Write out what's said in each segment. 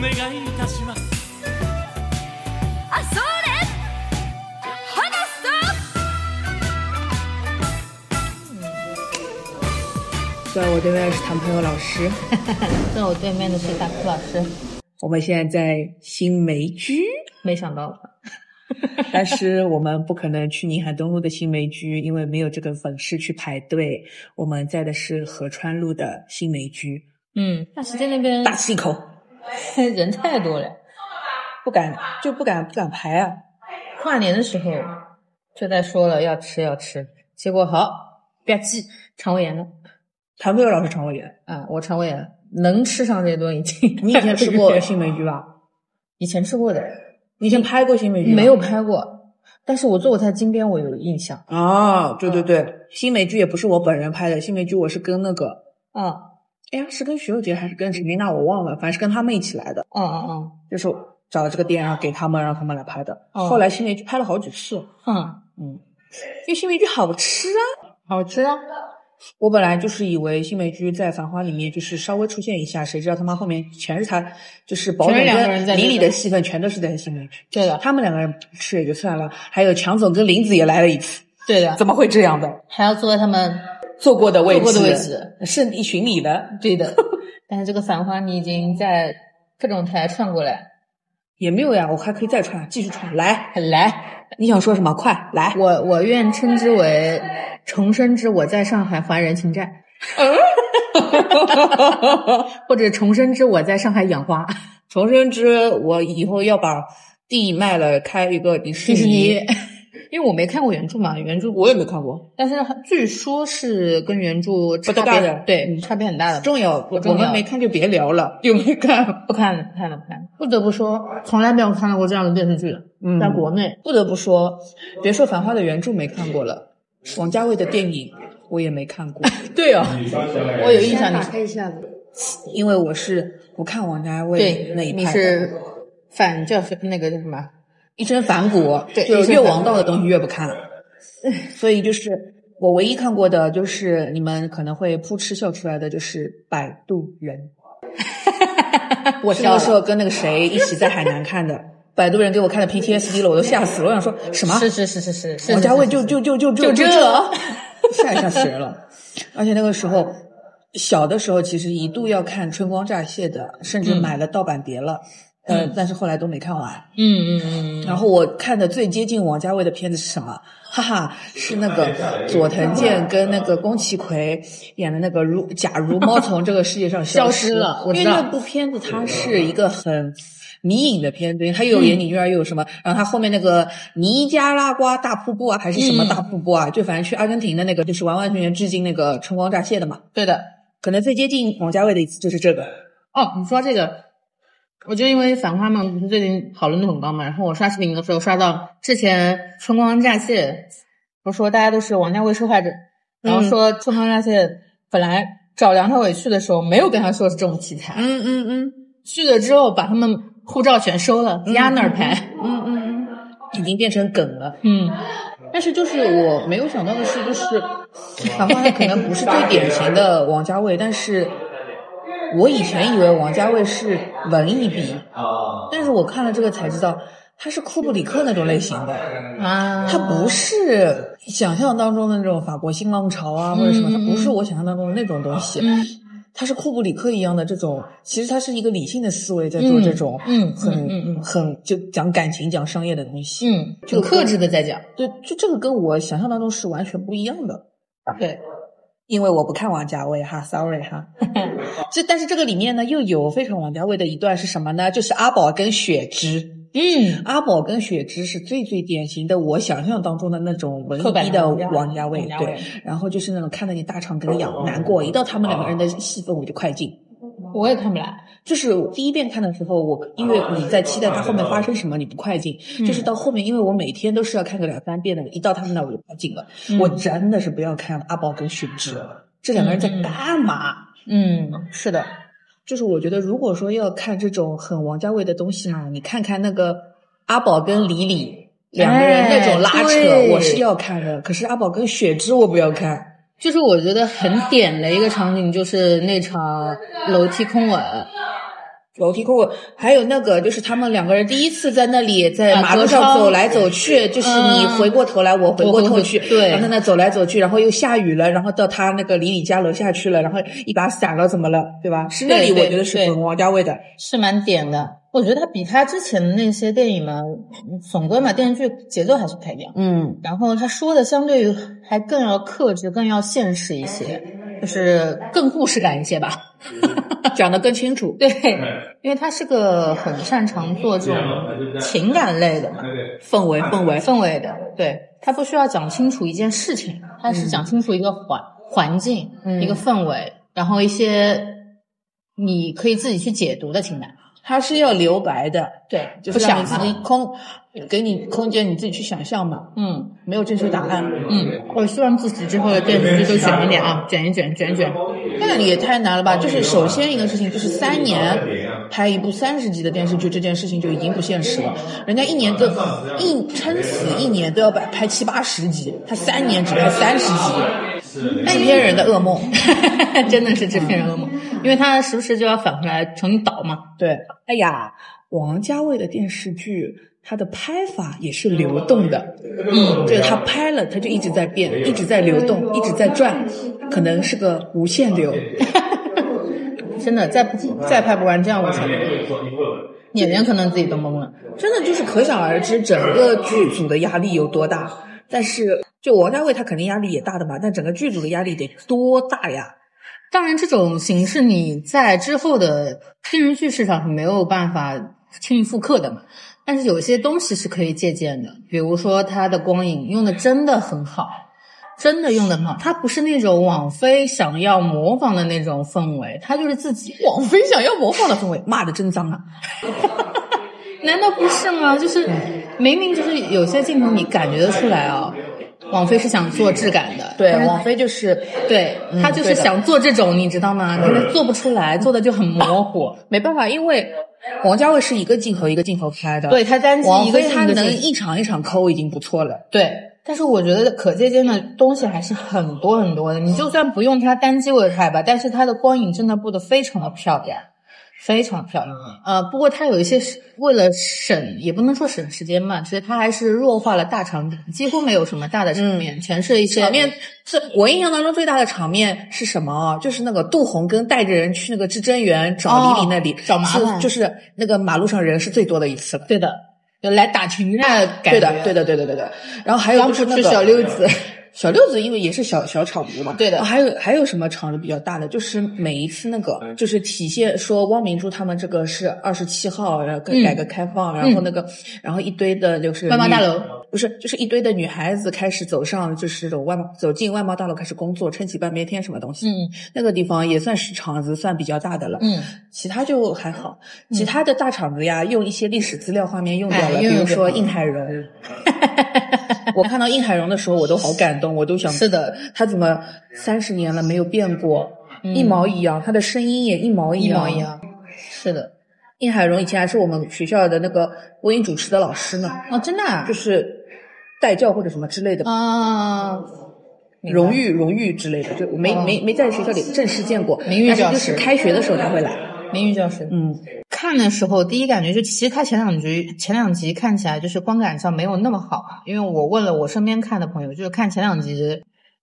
願いいたしますあそれ話す坐在我对面的是谭朋友老师，在我对面的是大哭老师，我们现在在新梅 居，没想到吧？但是我们不可能去宁海东路的新梅居，因为没有这个粉丝去排队。我们在的是合川路的新梅居，嗯，大石在那边大吃一口， 人太多了，不敢就不敢不敢排啊。跨年的时候就在说了要吃要吃，结果好吧唧肠胃炎了谭朋友老师肠胃炎，啊！我肠胃炎了，能吃上这顿已经。 你以前吃过新梅居吧？以前吃过的，你以前拍过新梅居吗没有拍过，但是我坐过他金边，我有印象啊？对对对，新梅居也不是我本人拍的，新梅居我是跟那个，啊哎呀，是跟徐友杰还是跟陈琳娜，我忘了，反正是跟他们一起来的。啊啊就是找了这个店，然后给他们，让他们来拍的。哦后来新梅居拍了好几次，啊啊！嗯，因为新梅居好吃啊。好吃啊！我本来就是以为新梅居在《繁花》里面就是稍微出现一下，谁知道他妈后面全是他，就是宝总全是两个人跟在那李李边的戏份全都是在新梅居。对的，他们两个人吃也就算了，还有强总跟林子也来了一次，对的，怎么会这样的？还要坐在他们 坐过的位置，坐过的位置是一群里的，对的。但是这个繁花你已经在各种台串过来，也没有呀，我还可以再串，继续串，来，来，你想说什么？快 来！我我愿称之为重生之我在上海还人情债，或者重生之我在上海养花。重生之，我以后要把地卖了，开一个迪士迪士尼尼。， 因为我没看哦过原著嘛，原著我也没看过，但是据说是跟原著差不别搭的对，嗯差别很大的。不重要，不重要我们没看就别聊 了，又没看。不看了，不看了，不看了。不得不说，从来没有看到过这样的电视剧了，嗯在国内。不得不说，别说《繁花》的原著没看过了，王家卫的电影我也没看 过，对哦，我有印象先你打是开一下子，因为我是不看王家卫对那一，派你的，是反教学那个叫什么？一身反骨，对就一是身越反骨王道的东西越不 看。所以就是我唯一看过的，就是你们可能会扑哧笑出来的，就是《摆渡 人》。我是那个时候跟那个谁一起在海南看 的，《摆渡人》给我看的 PTSD 了，我都吓死了。我想说什么？是是是是是是，王家卫是就是就就就就就这这， 吓也吓死人了。而且那个时候，小的时候其实一度要看《春光乍泄》的，甚至嗯买了盗版碟了，呃，但是后来都没看完。嗯嗯嗯嗯，然后我看的最接近王家卫的片子是什么？ 哈哈，是那个佐藤健跟那个宫崎葵演的那个如假如猫从这个世界上消消失了我因为知道那部片子它是一个很迷影的片子，因为它又有岩井俊二又有什么，然后它后面那个尼加拉瓜大瀑布啊，还是什么嗯大瀑布啊，就反正去阿根廷的那个，就是完完全全致敬那个《春光乍泄》的嘛。对的。可能最接近王家卫的一次就是这个，哦，你说这个，我就因为《繁花》嘛，不是最近讨论度很高嘛，然后我刷视频的时候刷到之前《春光乍泄》，不是说大家都是王家卫受害者，然后说《春光乍泄》本来找梁朝伟去的时候没有跟他说是这种题材，嗯嗯嗯去了之后把他们护照全收了，压那儿拍，嗯嗯嗯，已经变成梗了。嗯，但是就是我没有想到的是，就是反话它可能不是最典型的王家卫，但是我以前以为王家卫是文艺鼻，但是我看了这个才知道他是库布里克那种类型的，啊，他不是想象当中的那种法国新浪潮啊或者什么，嗯他不是我想象当中的那种东西。嗯他是库布里克一样的这种，其实他是一个理性的思维在做这种嗯嗯很嗯嗯嗯很就讲感情、讲商业的东西。嗯，很克制的在讲，对，就这个跟我想象当中是完全不一样的。对，因为我不看王家卫哈，sorry 哈。这但是这个里面呢，又有非常王家卫的一段是什么呢？就是阿宝跟雪芝，嗯，阿宝跟雪芝是最最典型的我想象当中的那种文刻板艺的印象王家卫，王家对卫。哦然后就是那种看到你大肠梗痒难过，一到他们两个人的戏份我就快进。我也看不来，就是第一遍看的时候，我因为你在期待它后面发生什么，你不快进。嗯就是到后面，因为我每天都是要看个两三遍的，一到他们那我就快进了。嗯我真的是不要看阿宝跟雪芝这两个人在干嘛？嗯，是的，就是我觉得，如果说要看这种很王家卫的东西啊嘛，你看看那个阿宝跟李李两个人那种拉扯，哎对我是要看的。可是阿宝跟雪芝我不要看。就是我觉得很点的一个场景，就是那场楼梯空吻，楼梯库，还有那个就是他们两个人第一次在那里在啊马路隔上窗走来走去，就是你嗯回过头来，我回我过回头过去，对然后在那走来走去，然后又下雨了，然后到他那个离你家楼下去了，然后一把伞了，怎么了，对吧？是那对里我对觉得是对很王家卫的，是蛮点的。我觉得它比它之前的那些电影嘛，耸哥嘛电视剧节奏还是不太一样。嗯，然后他说的相对于还更要克制，更要现实一些，就是更故事感一些吧。 讲的更清楚。对，因为他是个很擅长做哎这种情感类的嘛，氛围氛围，氛围的。对他不需要讲清楚一件事情，他是讲清楚一个环、环境、嗯一个氛围，然后一些你可以自己去解读的情感。它是要留白的，对，就是不让想你自己嘛空，给你空间你自己去想象嘛，嗯没有正确答案。嗯，我希望自己之后的电视剧都卷一点啊，卷一卷，卷一卷。那也太难了吧！就是首先一个事情，就是三年拍一部三十集的电视剧，这件事情就已经不现实了。人家一年都一撑死一年都要拍拍七八十集，他三年只拍三十集，制片人的噩梦。 真的是制片人噩梦，因为他时不时就要反过来重新倒嘛。对，哎呀，王家卫的电视剧，他的拍法也是流动的，嗯，就是他拍了，他就一直在变，一直在流动，一直在转，可能是个无限流。 真的，再不再拍不完这样，我想演员可能自己都懵了。真的就是可想而知整个剧组的压力有多大。但是就王家卫他肯定压力也大的嘛，但整个剧组的压力得多大呀？当然，这种形式你在之后的电视剧市场是没有办法轻易复刻的嘛。但是有些东西是可以借鉴的，比如说它的光影用的真的很好，真的用的很好。它不是那种网飞想要模仿的那种氛围，它就是自己王菲想要模仿的氛围，骂的真脏啊！难道不是吗？就是明明就是有些镜头你感觉得出来啊、王菲是想做质感的，对但，是王菲就是对，嗯她就对是的嗯想做这种，你知道吗？但是做不出来，做的就很模糊。没办法，因为王家卫是一个镜头一个镜头拍的，对，她单击王一个菲她镜头能进一场一场抠已经不错了。对，但是我觉得可借鉴的东西还是很多很多的。你就算不用它单机位拍吧，但是它的光影真的布的非常的漂亮，非常漂亮。嗯呃，不过它有一些是为了省，也不能说省时间吧，其实它还是弱化了大场景，几乎没有什么大的场面，全是一嗯些场面是我印象当中最大的场面是什么啊？就是那个杜红根带着人去那个至真园找李李那里、哦找麻是烦就是那个马路上人是最多的一次了。对的，有来打群架的感对觉。的，对的，对的，对的。然后还有就是那个当初吃小六子， 小六子因为也是小小场子嘛。对的然后还有还有什么场子比较大的？就是每一次那嗯个就是体现说汪明珠他们这个是二十七号，然后改嗯改革开放，然后那个然后一堆的就是外贸大女楼。不是，就是一堆的女孩子开始走上，就是这种外贸走进外贸大楼开始工作，撑起半边天什么东西。嗯那个地方也算是场子算比较大的了。嗯，其他就还好，其他的大厂子呀，用一些历史资料画面用掉了，哎比用如掉说了应海荣。 我看到应海荣的时候，我都好感动，我都想，是的，他怎么三十年了没有变过，嗯一毛一样，他的声音也一毛一样。毛一。样。是的，应海荣以前还是我们学校的那个播音主持的老师呢，哦，真的啊就，是带教或者什么之类的，啊明白荣誉荣誉之类的，就没、哦没没在学校里正式见过，名誉但是教就师是开学的时候才会来。名誉教师。嗯，看的时候，第一感觉就其实他前两集前两集看起来就是观感上没有那么好啊，因为我问了我身边看的朋友，就是看前两集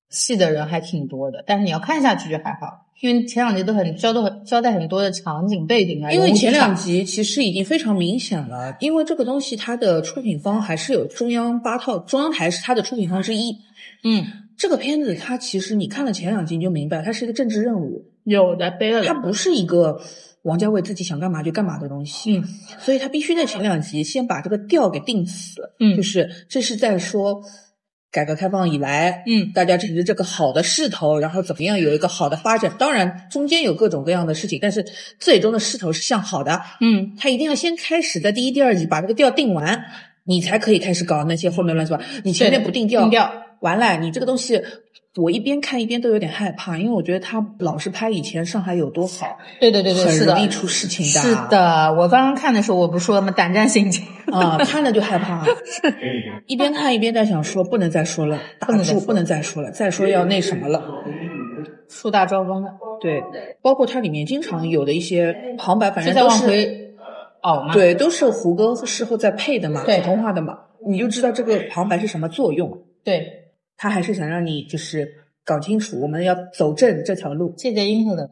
戏的人还挺多的，但是你要看下去就还好，因为前两集都很交代很交代很多的场景背景啊，因为前两集集其实已经非常明显了，因为这个东西它的出品方还是有中央八套，中央台是它的出品方之一。嗯这个片子它其实你看了前两集你就明白，它是一个政治任务，有的背了它不是一个王家卫自己想干嘛就干嘛的东西。嗯所以他必须在前两集先把这个调给定死。嗯就是这是在说改革开放以来，嗯大家趁着这个好的势头，然后怎么样有一个好的发展。当然中间有各种各样的事情，但是最终的势头是向好的。嗯他一定要先开始在第一、第二集把这个调定完，你才可以开始搞那些后面乱七八。你前面不定调，定调完了，你这个东西。我一边看一边都有点害怕，因为我觉得他老是拍以前上海有多好，对对对对很是的容易出事情是的，啊我刚刚看的时候我不是说吗？胆战心惊， 啊，看了就害怕，一边看一边在想说不能再说了，不打能再住，说不能再说了，再说要那什么了。树大招风的，对，包括它里面经常有的一些旁白，反是正在都往是回哦熬嘛。，对，都是胡歌事后再配的嘛，对普通话的嘛，你就知道这个旁白是什么作用。对，他还是想让你就是搞清楚，我们要走正这条路。这个应和的。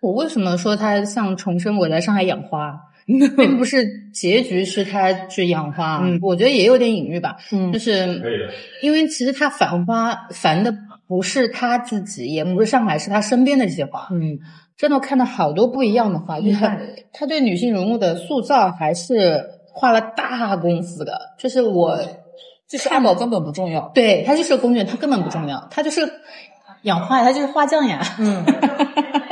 我为什么说他像重生我来上海养 花，并不是结局是他去养花，嗯我觉得也有点隐喻吧，嗯就，可是以的。因为其实他繁花繁的不是他自己，也不是上海，是他身边的这些花，嗯，真的看到好多不一样的花，就是他他对女性人物的塑造还是花了大功夫的。就是我，嗯就是按宝根本不重要。对他就是个工具人，他根本不重要，他就是养花，他就是花匠呀。嗯，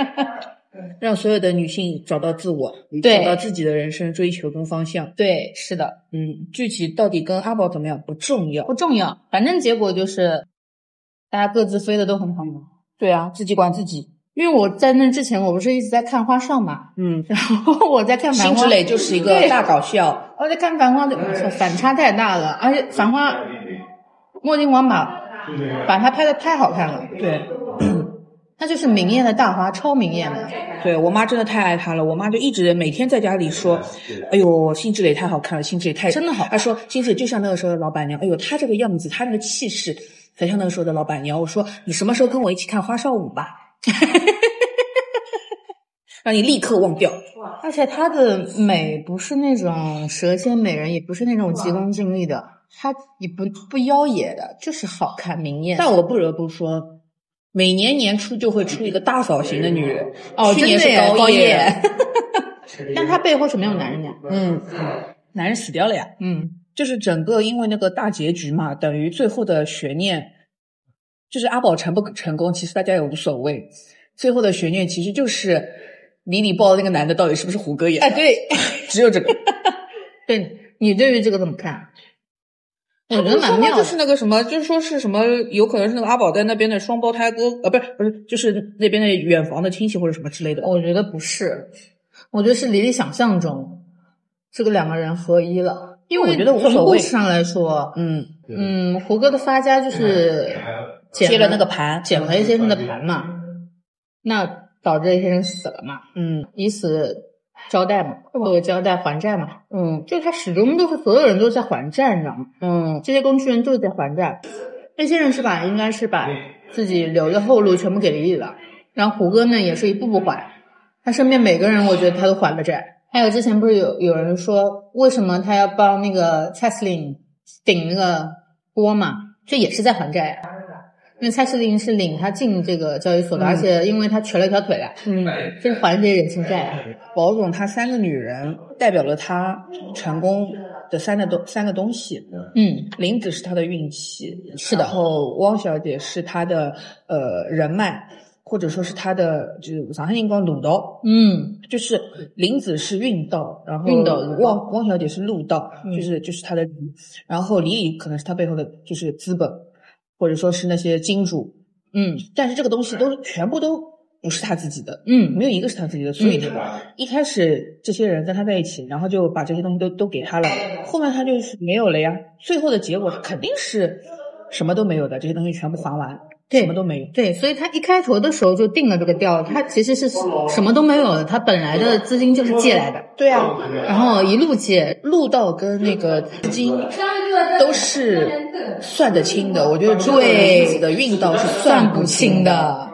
让所有的女性找到自我，对找到自己的人生追求跟方向。对，是的，嗯，具体到底跟阿宝怎么样不重要不。重要，反正结果就是大家各自飞的都很好嘛。对啊，自己管自己。因为我在那之前，我不是一直在看花少嘛，嗯， 然后我在看辛繁芷花，蕾就是一个大搞笑。我在看繁花的反差太大了，而且繁花墨镜王把把它拍的太好看了。对，它就是明艳的大花，超明艳的。对我妈真的太爱她了，我妈就一直每天在家里说：“哎呦，辛芷蕾太好看了，辛芷蕾太真的好她说：“辛芷蕾就像那个时候的老板娘，哎呦，她这个样子，她那个气势，才像那个时候的老板娘。”我说：“你什么时候跟我一起看《花少舞》吧？” 让你立刻忘掉。而且它的美不是那种蛇蝎美人，也不是那种急功近利的，它也不不妖冶的，就是好看明艳。但我不得不说，每年年初就会出一个大扫型的女人。哦去年真的是耶高叶，叶但它背后是没有男人的呀。嗯，男人死掉了呀。嗯，就是整个因为那个大结局嘛，等于最后的悬念，就是阿宝成不成功，其实大家也无所谓。最后的悬念其实就是李李豹那个男的到底是不是胡歌演的？哎，对只有这个。对，你对于这个怎么看？哎我 觉得蛮妙就的。是那个什么，就是说是什么，有可能是那个阿宝在那边的双胞胎哥，呃，不是不是，就是那边的远房的亲戚或者什么之类的。我觉得不是，我觉得是李李想象中这个两个人合一了，因为我觉得无所谓从故事上来说，嗯，嗯，胡歌的发家就是捡接了那个盘，捡了一些人的盘嘛，那导致一些人死了嘛，嗯以死交代嘛，作为交代还债嘛，嗯就是他始终都是所有人都在还债，你知道吗？嗯，这些工具人都是在还债，那些人是把应该是把自己留的后路全部给李李了，然后胡歌呢也是一步步还，他身边每个人我觉得他都还了债。还有之前不是有有人说为什么他要帮那个蔡司令顶那个锅嘛，这也是在还债啊。因为蔡司令是领他进这个交易所的，嗯而且因为他瘸了一条腿啊，嗯，这是还这些人情债啊。宝总他三个女人代表了他成功的三个东三个东西，嗯，林子是他的运气，是的嗯然后汪小姐是他的呃人脉，或者说是他的就是上海人讲路道，嗯，就是林子是运道，然后运道路道汪汪小姐是路道，嗯就是就是他的，然后李李可能是他背后的就是资本，或者说是那些金主，嗯，但是这个东西都全部都不是他自己的，嗯，没有一个是他自己的，所以嗯他一开始这些人跟他在一起，然后就把这些东西都都给他了，后面他就是没有了呀。最后的结果他肯定是什么都没有的，这些东西全部还完，对什么都没有。对，所以他一开头的时候就定了这个调，他其实是什么都没有的，他本来的资金就是借来的， 对啊，然后一路借，路道跟那个资金都是算得清的，我觉得只有对林子的运道是算不不清清的。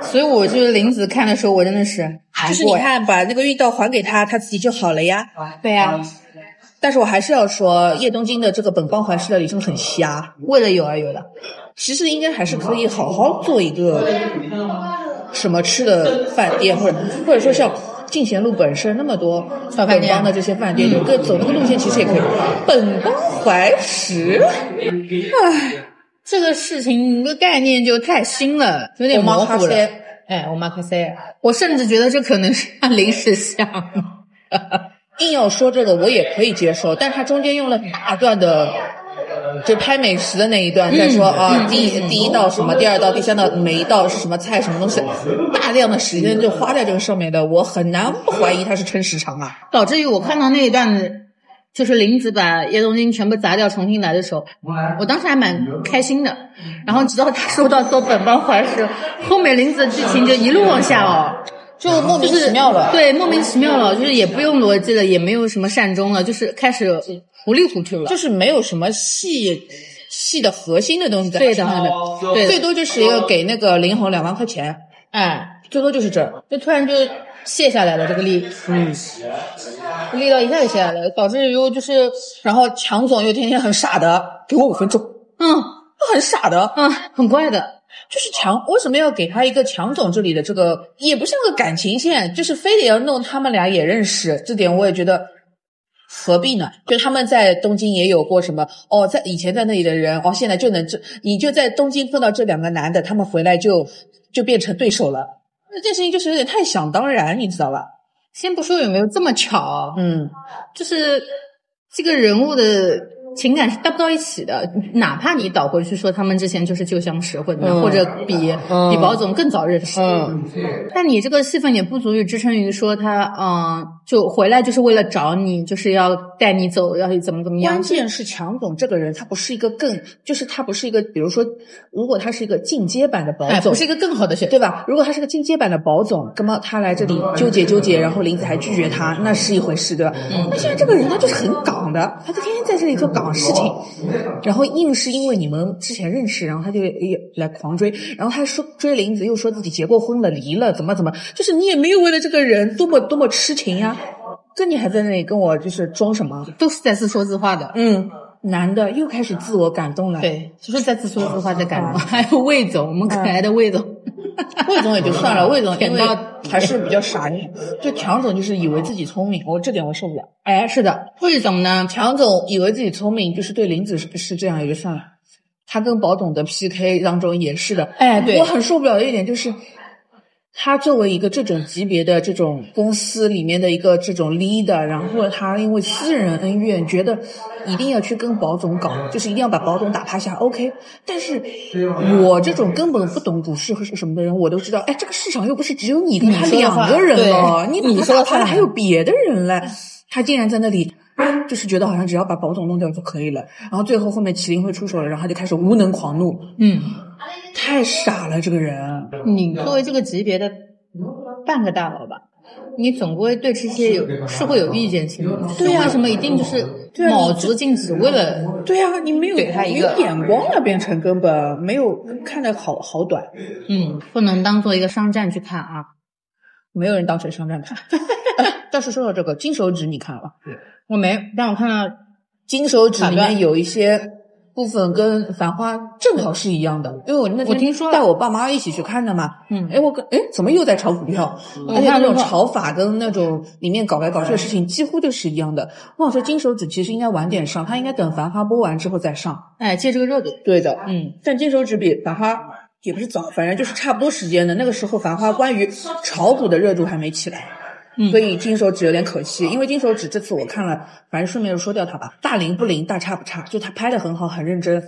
所以我就是林子看的时候，我真的是就难是你过呀。啊看，把那个运道还给他，他自己就好了呀。啊对呀、但是我还是要说，叶东京的这个本帮还是的理真的很瞎。为了有而有的，其实应该还是可以好好做一个什么吃的饭店，或者或者说像进贤路本身那么多小饭本店帮的这些饭店，有个走那个路线其实也可以。本帮怀石，这个事情这个概念就太新了，有哦点我妈模糊夸了塞。哎，我妈快塞， 我甚至觉得这可能是啊 他临时想的。硬要说这个我也可以接受，但它中间用了大段的。就拍美食的那一段，再说啊，第一第一道什么，第二道、第三道，每一道是什么菜，什么东西，大量的时间就花在这个上面的，我很难怀疑它是撑时长啊。导致于我看到那一段就是林子把叶东京全部砸掉，重新来的时候，我当时还蛮开心的。然后直到他收到搜本帮还时，后面林子的剧情就一路往下哦，就莫名其妙了。对，莫名其妙了，就是也不用逻辑了，也没有什么善终了，就是开始糊里糊涂了。就是没有什么戏戏的核心的东西在对的身上的，对的最多就是一个给那个林红两万块钱，哎，最多就是这儿。就突然就卸下来了这个力，嗯，力道一下就卸下来了，导致于就是然后强总又天天很傻的给我五分钟，嗯他很傻的，嗯，很怪的，就是强为什么要给他一个强总这里的这个也不像个感情线，就是非得要弄他们俩也认识，这点我也觉得。何必呢？就他们在东京也有过什么哦，在以前在那里的人哦，现在就能这，你就在东京碰到这两个男的，他们回来就就变成对手了。那这件事情就是有点太想当然，你知道吧？先不说有没有这么巧啊，嗯，就是这个人物的情感是搭不到一起的，哪怕你倒回去说他们之前就是旧相识，或者、嗯或者比、嗯比宝总更早认识，嗯但你这个戏份也不足以支撑于说他，嗯、就回来就是为了找你，就是要带你走，要怎么怎么样关，键是强总这个人，他不是一个更，就是他不是一个，比如说，如果他是一个进阶版的宝哎，总，不是一个更好的选择，对吧？如果他是个进阶版的宝总，那么他来这里纠结纠结，然后林子还拒绝他，那是一回事，对吧？那现在这个人呢，就是很港的，他就天天在这里做港事情，然后硬是因为你们之前认识，然后他就也来狂追，然后他说追林子，又说自己结过婚了，离了，怎么怎么，就是你也没有为了这个人多么多么痴情呀、跟你还在那里跟我就是装什么？都是在自说自话的，嗯，男的又开始自我感动了。，对，就是在自说自话在感动，还有魏总，我们可爱的魏总，嗯 嗯魏总也就算了，魏总因舔为到还是比较傻一点。就强总就是以为自己聪明，我这点我受不了。哎，是的，魏总呢，强总以为自己聪明，就是对林子是是这样也就算了。他跟宝总的 PK 当中也是的。哎对我很受不了的一点就是。他作为一个这种级别的这种公司里面的一个这种 leader，然后他因为私人恩怨，觉得一定要去跟宝总搞，就是一定要把宝总打趴下。OK，但是我这种根本不懂股市和是什么的人，我都知道，哎，这个市场又不是只有你跟他你说的两话个人哦，对你你把说他的打趴了话还有别的人嘞，他竟然在那里。就是觉得好像只要把宝总弄掉就可以了，然后最后后面麒麟会出手了，然后他就开始无能狂怒，嗯，太傻了这个人。你作为这个级别的半个大佬吧，你总归对这些有是会有意见性的。对呀、为什么一定就是卯足劲只为了？对啊，你没有给他一个没有眼光了，变成根本没有看的好好短，嗯，不能当做一个商战去看啊。没有人当成商战看。 但是说到这个金手指，你看了吧？我没，但我看到金手指里卡面顿有一些部分跟繁花正好是一样的，因为我那天我听说了带我爸妈一起去看的嘛。嗯哎，我跟哎怎么又在炒股票？我而且看那种了说炒法跟那种里面搞来搞去的事情几乎都是一样的。我想说金手指其实应该晚点上，他应该等繁花播完之后再上。哎，借这个热度，对的，嗯，但金手指比繁花也不是早，反正就是差不多时间的。那个时候繁花关于炒股的热度还没起来，嗯所以金手指有点可惜。因为金手指这次我看了，反正顺便就说掉它吧，大灵不灵，大差不差，就他拍的很好，很认真。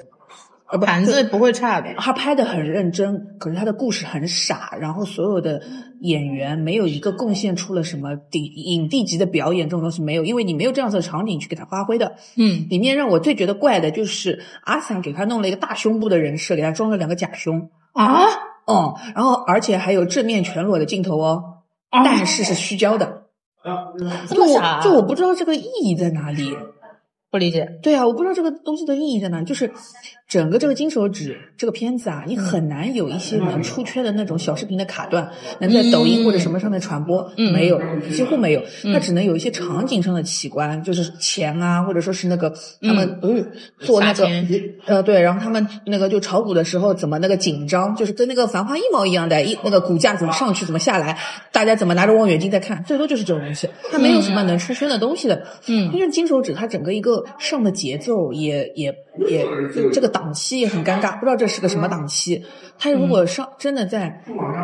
呃，不，盘子不会差的。他拍的很认真，可是他的故事很傻，然后所有的演员没有一个贡献出了什么顶影帝级的表演，这种东西没有，因为你没有这样子的场景去给他发挥的。嗯，里面让我最觉得怪的就是阿伞给他弄了一个大胸部的人设，给他装了两个假胸，啊，嗯，然后而且还有正面全裸的镜头哦，但是是虚焦的。啊这就么我傻就我不知道这个意义在哪里。不理解。对啊，我不知道这个东西的意义在哪，就是整个这个金手指这个片子啊，嗯你很难有一些能出圈的那种小视频的卡段，能在抖音或者什么上面传播，嗯没有，几乎没有。嗯它只能有一些场景上的奇观，就是钱啊，或者说是那个他们不是做那嗯撒个钱呃对，然后他们那个就炒股的时候怎么那个紧张，就是跟那个《繁花》一模一样的，一那个股价怎么上去怎么下来，大家怎么拿着望远镜在看，最多就是这种东西，它没有什么能出圈的东西的。嗯因为金手指它整个一个上的节奏也也也这个档期也很尴尬，不知道这是个什么档期。它如嗯果上真的在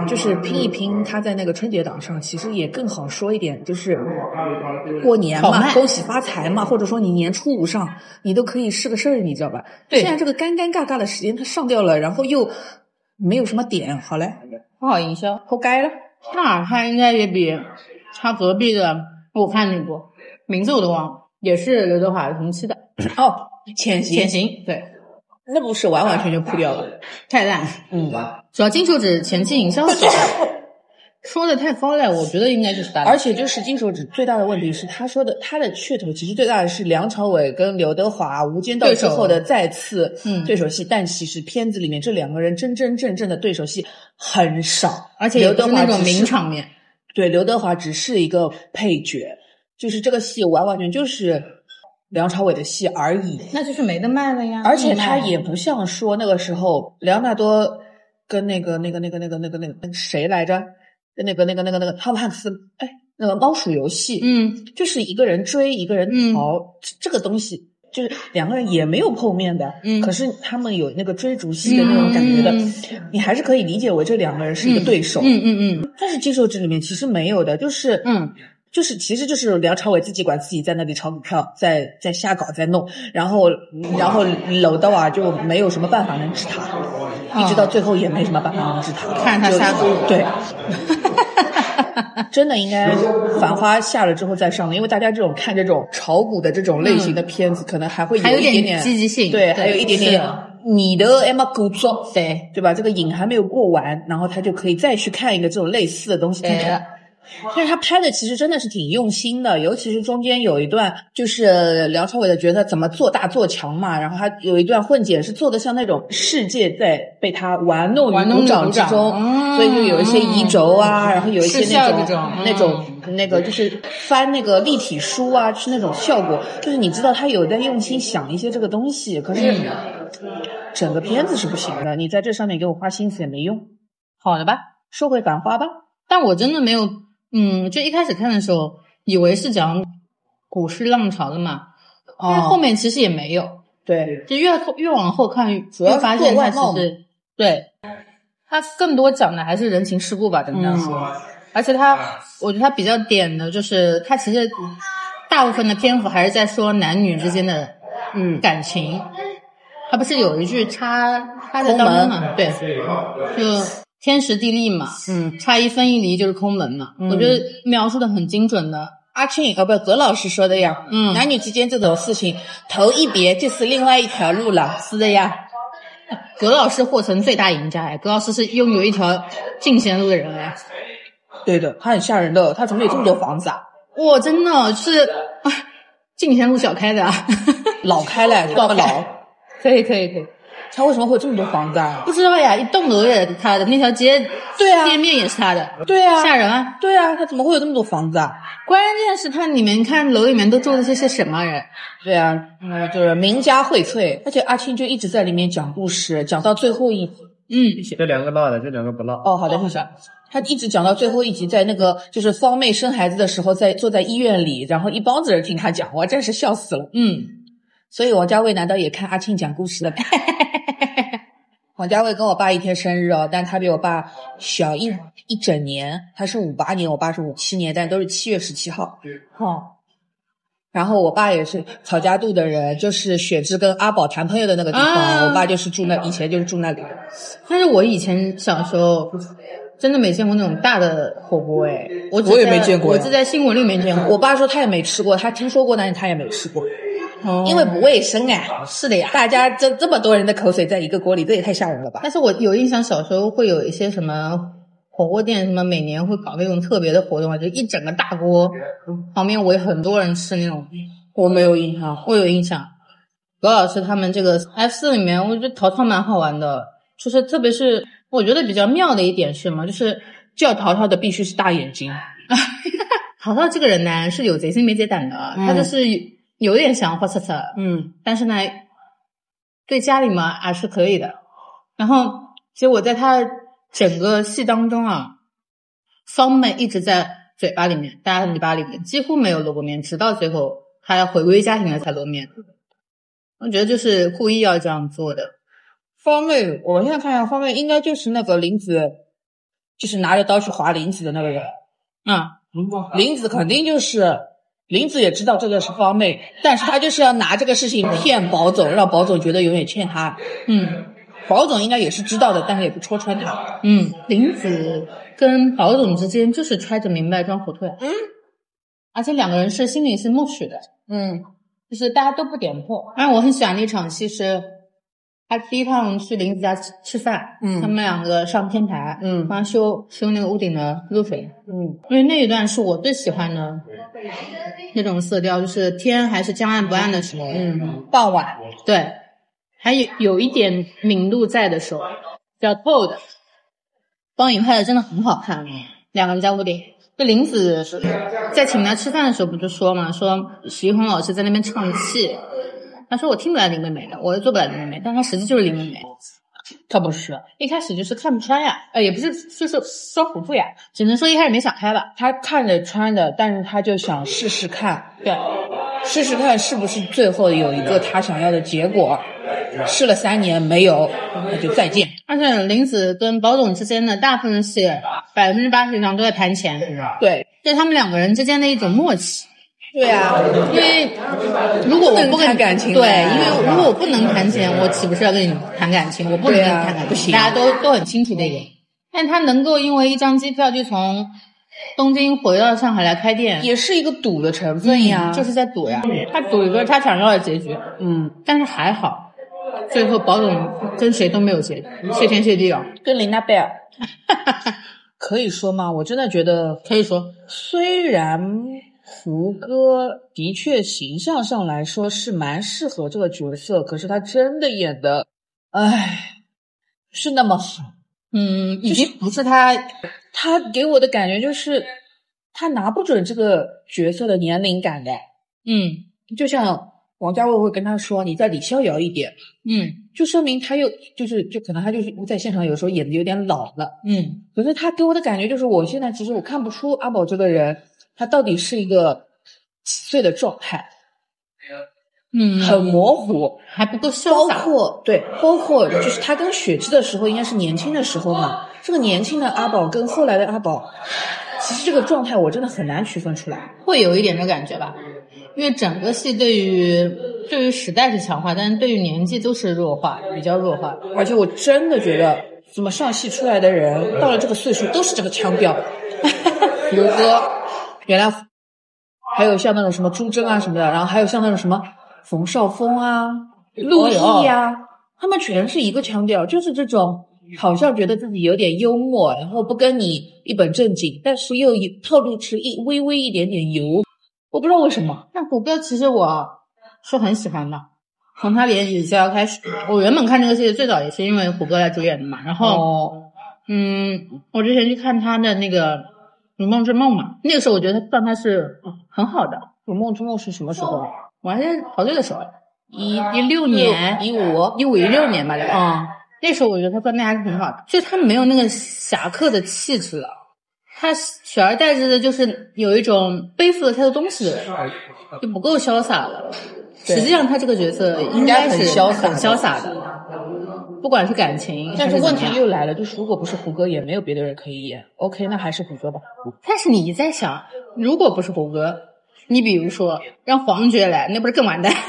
就是拼一拼，它在那个春节档上，其实也更好说一点，就是过年好嘛，卖恭喜发财嘛，或者说你年初五上，你都可以是个事儿，你知道吧？对现在这个尴尴尬尬的时间它上掉了，然后又没有什么点，好嘞，不好营销，活该了。那他应该也比他隔壁的，我看那部名字我都忘了，也是刘德华同期的哦，潜行，潜行，对，那不是完完全全扑掉了。太烂。嗯，主要金手指前期 营销少，说的太高了，我觉得应该就是大而且就是金手指最大的问题是，他说的他的噱头其实最大的是梁朝伟跟刘德华《无间道》对之手后的再次嗯对手戏，但其实片子里面这两个人真真正正的对手戏很少，而且也刘不德是华那种只是名场面。对，刘德华只是一个配角，就是这个戏完完全就是梁朝伟的戏而已。那就是没得卖了呀。而且他没得卖也不像说那个时候莱昂纳多跟那个那个那个那个那个那个那个谁来着，那个那个那个那个汤姆汉克斯，哎，那个猫鼠游戏，，嗯，就是一个人追一个人嗯逃，这这个东西就是两个人也没有碰面的，嗯可是他们有那个追逐戏的那种感觉的，嗯你还是可以理解为这两个人是一个对手，嗯嗯嗯但是金手指里面其实没有的，就是嗯，就是其实就是梁朝伟自己管自己在那里炒股票，在在瞎搞在弄，然后然后搂到啊就没有什么办法能治他，嗯一直啊到最后也没什么办法能治他，哦看着他瞎搞就 对。真的应该《繁花》下了之后再上的，因为大家这种看这种炒股的这种类型的片子，可能还会嗯还有一点点积极性对，对还有一点是啊点的你的 Emma 股票，对对吧？这个瘾还没有过完，然后他就可以再去看一个这种类似的东西。对但是他拍的其实真的是挺用心的，尤其是中间有一段，就是呃梁朝伟的角色怎么做大做强嘛，然后他有一段混剪是做的像那种世界在被他玩弄玩于弄于股掌股之掌中，嗯所以就有一些移轴啊，然后有一些视那效种这种嗯那种那个就是翻那个立体书啊，是那种效果，就是你知道他有在用心想一些这个东西，可是嗯整个片子是不行的，你在这上面给我花心思也没用。好的吧。说回繁花吧，但我真的没有，嗯，就一开始看的时候以为是讲股市浪潮的嘛，哦但后面其实也没有，对，就越后越往后看，主要越发是做现它外贸其实对它更多讲的还是人情世故吧，只能这样嗯说。而且它，我觉得它比较点的就是它其实大部分的篇幅还是在说男女之间的嗯，感情。他不是有一句插插在当中嘛？对，就天时地利嘛，嗯，差一分一厘就是空门嘛。我觉得描述的很精准的，阿庆呃，不，葛老师说的呀，嗯男女之间这种事情，头一别就是另外一条路了，是的呀。葛老师获成最大赢家哎，葛老师是拥有一条进贤路的人哎，对的，他很吓人的，他怎么有这么多房子啊？哇，真的是啊，进贤路小开的啊， 老开了，这么 老，可以可以可以，他为什么会有这么多房子啊？不知道呀，一栋楼也是他的，那条街对啊店面也是他的，对啊，吓人啊！对啊，他怎么会有这么多房子啊？关键是它里面看楼里面都住的是些什么哎人，对啊，嗯，就是名家荟萃，而且阿庆就一直在里面讲故事，讲到最后一嗯，这两个辣的，这两个不辣。哦，好的，先生。他一直讲到最后一集，在那个就是方妹生孩子的时候，在坐在医院里，然后一帮子人听他讲，我真是笑死了。嗯，所以王家卫难道也看阿庆讲故事了吗？ 王家卫跟我爸一天生日哦，但他比我爸小一一整年，他是五八年，我爸是五七年，但都是七月十七号。哦，然后我爸也是曹家渡的人，就是雪芝跟阿宝谈朋友的那个地方，啊我爸就是住那，以前就是住那里的。但是我以前小时候真的没见过那种大的火锅哎，我只我也在没见过我呀只在新闻里面见过，我爸说他也没吃过，他听说过，但是他也没吃过，哦因为不卫生啊。是的呀。大家这这么多人的口水在一个锅里，这也太吓人了吧？但是我有印象，小时候会有一些什么火锅店，什么每年会搞那种特别的活动啊，就一整个大锅，旁边围很多人吃那种，我没有印象。我有印象。罗老师他们这个 F 四里面，我觉得淘淘蛮好玩的，就是特别是我觉得比较妙的一点是什么，就是叫淘淘的必须是大眼 睛，淘淘这个人呢是有贼心没贼胆的，他就是有有点想花策策，嗯，但是呢，对家里嘛还是可以的。然后，其实我在他整个戏当中啊，方妹一直在嘴巴里面，大家的嘴巴里面几乎没有露过面，直到最后她回归家庭了才露面。我觉得就是故意要这样做的。方妹，我现在看一下方妹，应该就是那个林子，就是拿着刀去划林子的那个人。嗯，林子肯定就是林子也知道这个是方妹，但是他就是要拿这个事情骗宝总，让宝总觉得永远欠他。嗯宝总应该也是知道的，但是也不戳穿他。嗯，林子跟宝总之间就是揣着明白装糊涂呀。嗯而且两个人是心里是默许的，嗯就是大家都不点破。但我很喜欢的一场戏是，他第一趟去林子家吃吃饭，嗯他们两个上天台，嗯帮他修修那个屋顶的露水，嗯因为那一段是我最喜欢的那种色调，就是天还是将暗不暗的时候，嗯，傍晚，对，还有有一点明度在的时候，比较透的。光影拍的真的很好看，两个人在屋顶。就林子在请他吃饭的时候不就说嘛，说徐宏老师在那边唱戏，他说我听不来林妹妹的，我又做不来林妹妹，但他实际就是林妹妹。他不是，一开始就是看不穿呀，呃，也不是，就是说糊涂呀，只能说一开始没想开吧。他看着穿的，但是他就想试试看，对，试试看是不是最后有一个他想要的结果。试了三年没有，那就再见。而且林子跟保总之间的大部分戏，百分之八十以上都在谈钱，对这是他们两个人之间的一种默契。对啊，因为如果我不不能跟谈感情的对，因为如果我不能谈钱，我岂不是要跟你谈感情？我不能对跟你啊谈感情，不行大家都都很清楚这一点。但他能够因为一张机票就从东京回到上海来开店，嗯也是一个赌的成分呀。就是在赌呀，他赌一个他想要的结局，嗯，但是还好，最后保总跟谁都没有结局，谢天谢地啊！跟琳娜贝尔， 可以说吗？我真的觉得可以说，虽然胡歌的确形象上来说是蛮适合这个角色，可是他真的演的，唉，不是那么好。嗯，已经不是他，他给我的感觉就是，他拿不准这个角色的年龄感的。嗯就像王家卫会跟他说：“你再李逍遥一点。嗯”就说明他又就是就可能他就是在现场有时候演的有点老了。嗯可是他给我的感觉就是，我现在其实我看不出阿宝这个人，他到底是一个几岁的状态，嗯，很模糊。还不够潇包洒，括对，包括就是他跟雪芝的时候，应该是年轻的时候嘛。这个年轻的阿宝跟后来的阿宝，其实这个状态我真的很难区分出来。会有一点的感觉吧。因为整个戏对于对于时代是强化，但是对于年纪都是弱化，比较弱化。而且我真的觉得，怎么上戏出来的人到了这个岁数都是这个腔调， 胡歌，原来还有像那种什么朱桢啊什么的，然后还有像那种什么冯绍峰啊、陆毅呀、他们全是一个腔调，就是这种好像觉得自己有点幽默，然后不跟你一本正经，但是又有透露出一微微一点点油，我不知道为什么。但胡歌其实我是很喜欢的，从他演《雨潇》开始，我原本看这个戏最早也是因为胡歌来主演的嘛。然后，哦，嗯，我之前去看他的那个《如梦之梦》嘛，那个时候我觉得他状态是很好的， 《如梦之梦》是什么时候？啊我还是陶醉的时候，一一六年、一五一五一六年吧，大概。啊，那时候我觉得他状态还是很好的，就是他没有那个侠客的气质了，他取而代之的就是有一种背负了太多东西的人，就不够潇洒了。对实际上，他这个角色应该是很潇洒很的潇洒的，不管是感情，但是还问怎么题样又来了，就是如果不是胡歌，也没有别的人可以演。OK，那还是胡歌吧。但是你一在想，如果不是胡歌，你比如说让黄觉来，那不是更完蛋？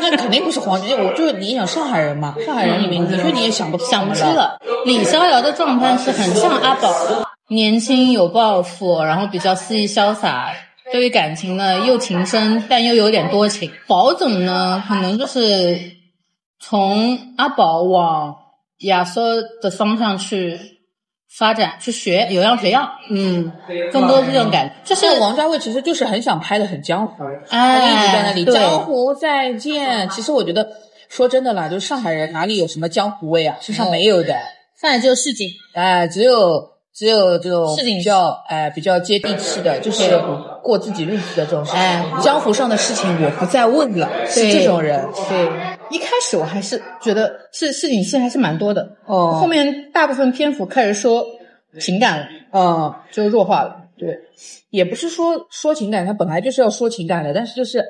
那肯定不是黄觉，我就是你想上海人嘛，上海人嗯里面的确你也想不想不出出了。李逍遥的状态是很像阿宝，年轻有抱负，然后比较肆意潇洒，对于感情呢又情深，但又有点多情。宝总呢，可能就是从阿宝往亚瑟的方向去发展，去学有样学样，嗯，更多是这种感觉。就是像王家卫其实就是很想拍的很江湖，他就一直在那哎，里对，江湖再见。其实我觉得，说真的啦，就是上海人哪里有什么江湖味啊？身上没有的，上来就是市井，哎，只有。只有这种市井比较哎比较接地气的，就是过自己日子的这种事情。哎江湖上的事情我不再问了，是对这种人。对，一开始我还是觉得是市井戏还是蛮多的，哦后面大部分篇幅开始说情感了，哦嗯，就弱化了。对，也不是说说情感，他本来就是要说情感的，但是就是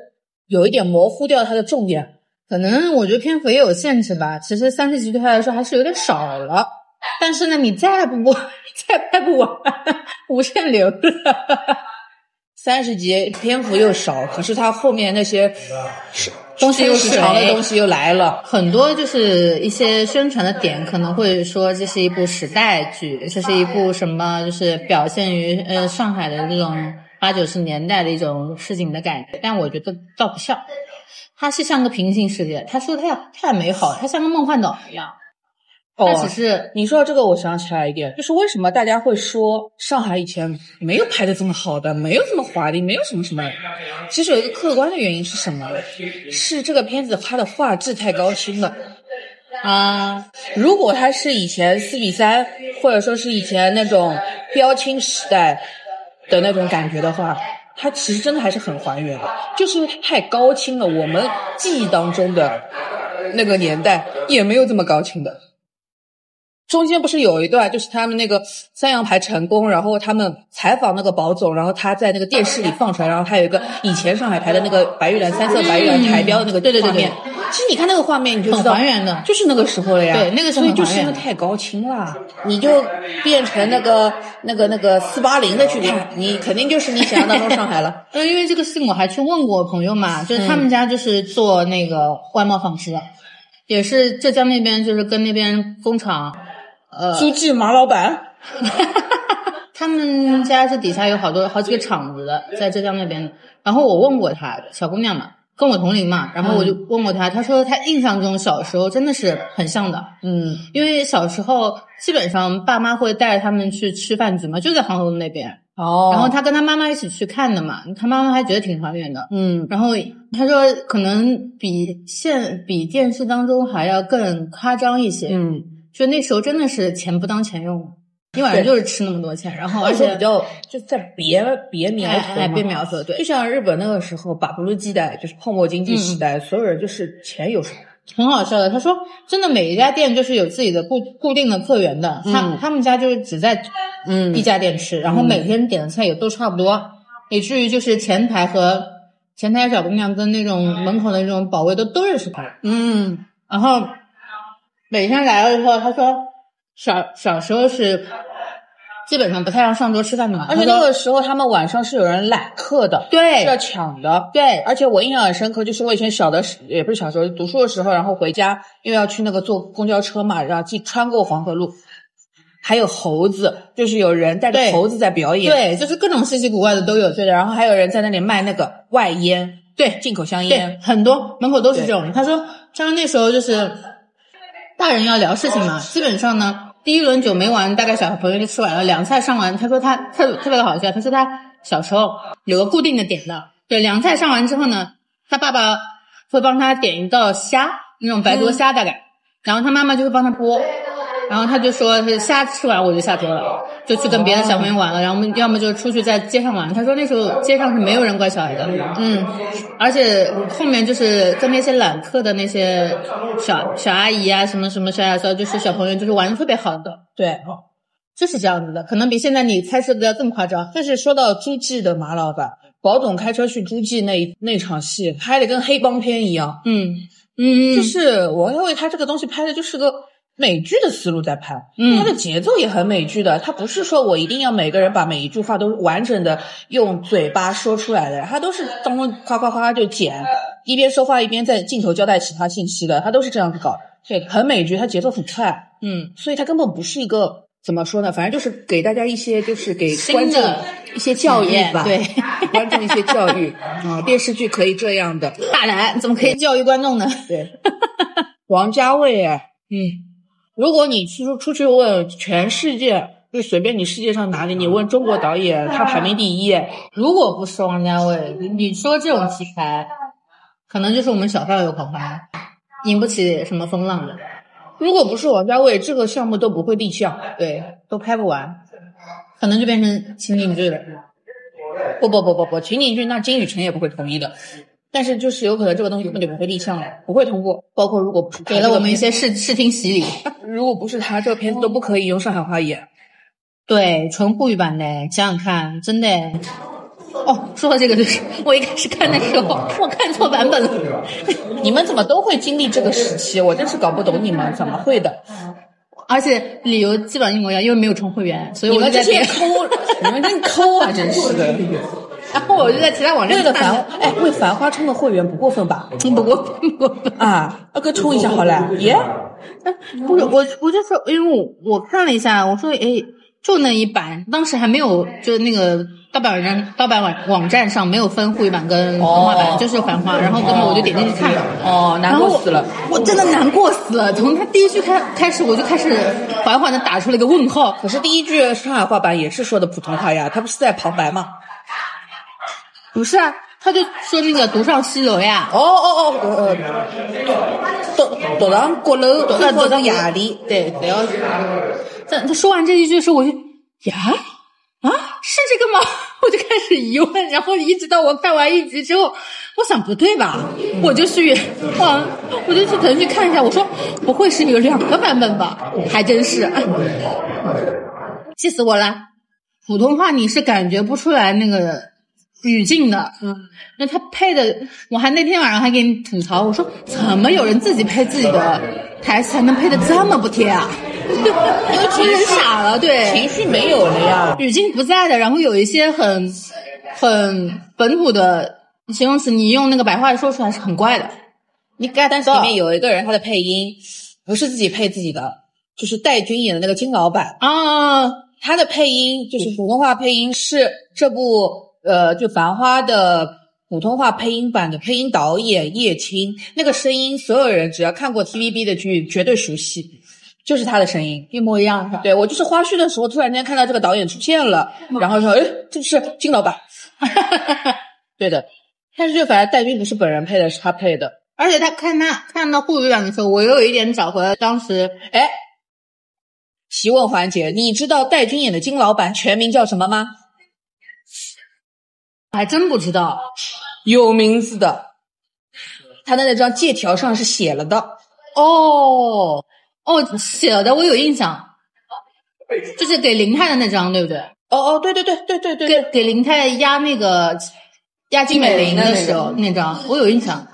有一点模糊掉他的重点。可能我觉得篇幅也有限制吧。其实三十集对他来说还是有点少了，但是呢，你再不再拍不完，无限流了。三十集篇幅又少，可是他后面那些东东西西又又水长的东西又来了。很多就是一些宣传的点，可能会说这是一部时代剧，这是一部什么，就是表现于呃上海的这种八九十年代的一种市井的感觉，但我觉得倒不像，它是像个平行世界。他说它太美好，它像个梦幻岛一样。哦它只是你说到这个，我想起来一点，就是为什么大家会说上海以前没有拍的这么好的，没有这么华丽，没有什么什么。其实有一个客观的原因是什么？是这个片子它的画质太高清了。啊，如果它是以前四比三，或者说是以前那种标清时代的那种感觉的话，它其实真的还是很还原的，就是因为它太高清了。我们记忆当中的那个年代也没有这么高清的。中间不是有一段，就是他们那个三羊牌成功，然后他们采访那个保总，然后他在那个电视里放出来，然后他有一个以前上海牌的那个白玉兰三色白玉兰台标的那个嗯对对对画面。其实你看那个画面，你就知道很还原的就是那个时候了呀。对那个时所候以很还原就是因为太高清了，你就变成那个那个那个四八零的去看，你肯定就是你想象当中上海 了。呃，因为这个事情我还去问过我朋友嘛，就是他们家就是做那个外贸纺织的，也是浙江那边就是跟那边工厂，呃，朱记马老板， 他们家是底下有好多好几个厂子的，在浙江那边的。然后我问过她，小姑娘嘛，跟我同龄嘛，然后我就问过她，她说她印象中小时候真的是很像的，嗯，因为小时候基本上爸妈会带着他们去吃饭局嘛，就在杭州那边。哦然后她跟她妈妈一起去看的嘛，她妈妈还觉得挺还原的。嗯，然后她说可能比现比电视当中还要更夸张一些。嗯，就那时候真的是钱不当钱用，一晚上对就是吃那么多 钱，然后而而且且比较就在别别苗哎头哎嘛别苗头，对就，像日本那个时候，把不如鸡代就是泡沫经济时代，所有人就是钱有什么，很好笑的。他说，真的每一家店就是有自己的固固定的客源的，他、嗯他们家就是只在嗯一家店吃，然后每天点的菜也都差不多，以至于就是前台和前台小姑娘跟那种门口的那种保卫都都认识他。嗯然后每天来了以后，他说小小时候是基本上不太让上桌吃饭的嘛，而且他那说个时候他们晚上是有人揽客的，对是要抢的。对而且我印象很深刻，就是我以前小的时，也不是小时候，读书的时候，然后回家，因为要去那个坐公交车嘛，然后去穿过黄河路，还有猴子，就是有人带着对猴子在表演，对，就是各种稀奇古怪的都有，对的，然后还有人在那里卖那个外烟，对进口香对烟，，很多门口都是这种。他说，他说那时候就是大人要聊事情嘛，基本上呢，第一轮酒没完，大概小朋友就吃完了，凉菜上完。他说他特特别的好笑，他说他小时候有个固定的点的，对，凉菜上完之后呢，他爸爸会帮他点一道虾，那种白灼虾大概，然后他妈妈就会帮他剥。然后他就说是虾吃完我就下桌了，就去跟别的小朋友玩了，然后我们要么就出去在街上玩。他说那时候街上是没有人管小孩的，嗯，而且后面就是跟那些揽客的那些小小阿姨啊，什么什么小小小，就是小朋友，就是玩的特别好的，对。哦就是这样子的。可能比现在你猜测的要更夸张。但是说到朱记的马老板，宝总开车去朱记那一那场戏，拍的跟黑帮片一样，嗯嗯，就嗯是我认为他这个东西拍的就是个美剧的思路在拍，嗯他的节奏也很美剧的，他不是说我一定要每个人把每一句话都完整的用嘴巴说出来的，他都是当中夸夸夸就剪，一边说话一边在镜头交代其他信息的，他都是这样子搞的，对，很美剧，他节奏很快，嗯，所以它根本不是一个怎么说呢？反正就是给大家一些，就是给新观众的一些教育体验吧，对， 观众一些教育啊、电视剧可以这样的，大胆怎么可以教育观众呢？对。王家卫哎， 嗯，如果你去出去问全世界，就随便你世界上哪里，你问中国导演，他排名第一哎。如果不是王家卫，你说这种题材，可能就是我们小时候有狂欢，引不起什么风浪的，如果不是王家卫，这个项目都不会立项。对，都拍不完，可能就变成情景剧了。不不不不不，情景剧那金宇澄也不会同意的。但是就是有可能这个东西根本就不会立项了，不会通过。包括如果不是给了我们一些视视听洗礼。如果不是他，这个片子都不可以用上海话演。对，纯沪语版的，想想看，真的。哦，说到这个，就是我一开始看的时候，我看错版本了。 你们怎么都会经历这个时期？我真是搞不懂你们怎么会的。而且理由基本上一模一样，因为没有充会员，所以你我就们这在别些的抠，你们真抠啊！真是的。然后我就在其他网站为了看繁，哎，为繁花充的会员不过分吧？不过不过分。啊，二哥充一下好了。耶，不是我，我就说，因为我我看了一下，我说，哎，就那一版，当时还没有，就是那个盗版人盗版网网站上没有分沪语版跟繁华版，哦就是繁华。然后根本我就点进去看，哦，难过死了。然后我，我真的难过死了。从他第一句开开始，我就开始缓缓的打出了一个问号。可是第一句上海话版也是说的普通话呀，他不是在旁白吗？不是啊，他就说那个独上西楼呀，哦哦哦，呃，呃，独独上阁楼，呃，独上夜里，对，不要。他他说完这一句的时候，我就呀啊，是这个吗？我就开始疑问，然后一直到我看完一集之后，我想不对吧？我就去往，我就去腾讯看一下，我说不会是有两个版本吧？还真是，气死我了！普通话你是感觉不出来那个语境的，嗯，那他配的，我还那天晚上还给你吐槽，我说怎么有人自己配自己的台词还能配的这么不贴啊？ 有人傻了，对，情绪没有了呀。 语境不在的，然后有一些很很本土的形容词，你用那个白话说出来是很怪的。你 get 但是到里面有一个人他的配音不是自己配自己的，就是戴军演的那个金老板，啊，他的配音就是普通话配音是这部呃就《繁花》的普通话配音版的配音导演叶青，那个声音所有人只要看过 TVB 的剧绝对熟悉，就是他的声音。一模一样是吧？对我就是花絮的时候突然间看到这个导演出现了，然后说哎这是金老板， 对的。但是就反正戴军不是本人配的，是他配的。而且他看他看到沪语版的时候，我又有一点找回了当时哎，提问环节，你知道戴军演的金老板全名叫什么吗？还真不知道，有名字的，他的那张借条上是写了的。哦哦，写的我有印象，就是给林泰的那张，对不对？哦哦，对对对对对对给给林泰压那个压金美玲的时候那张，我有印象。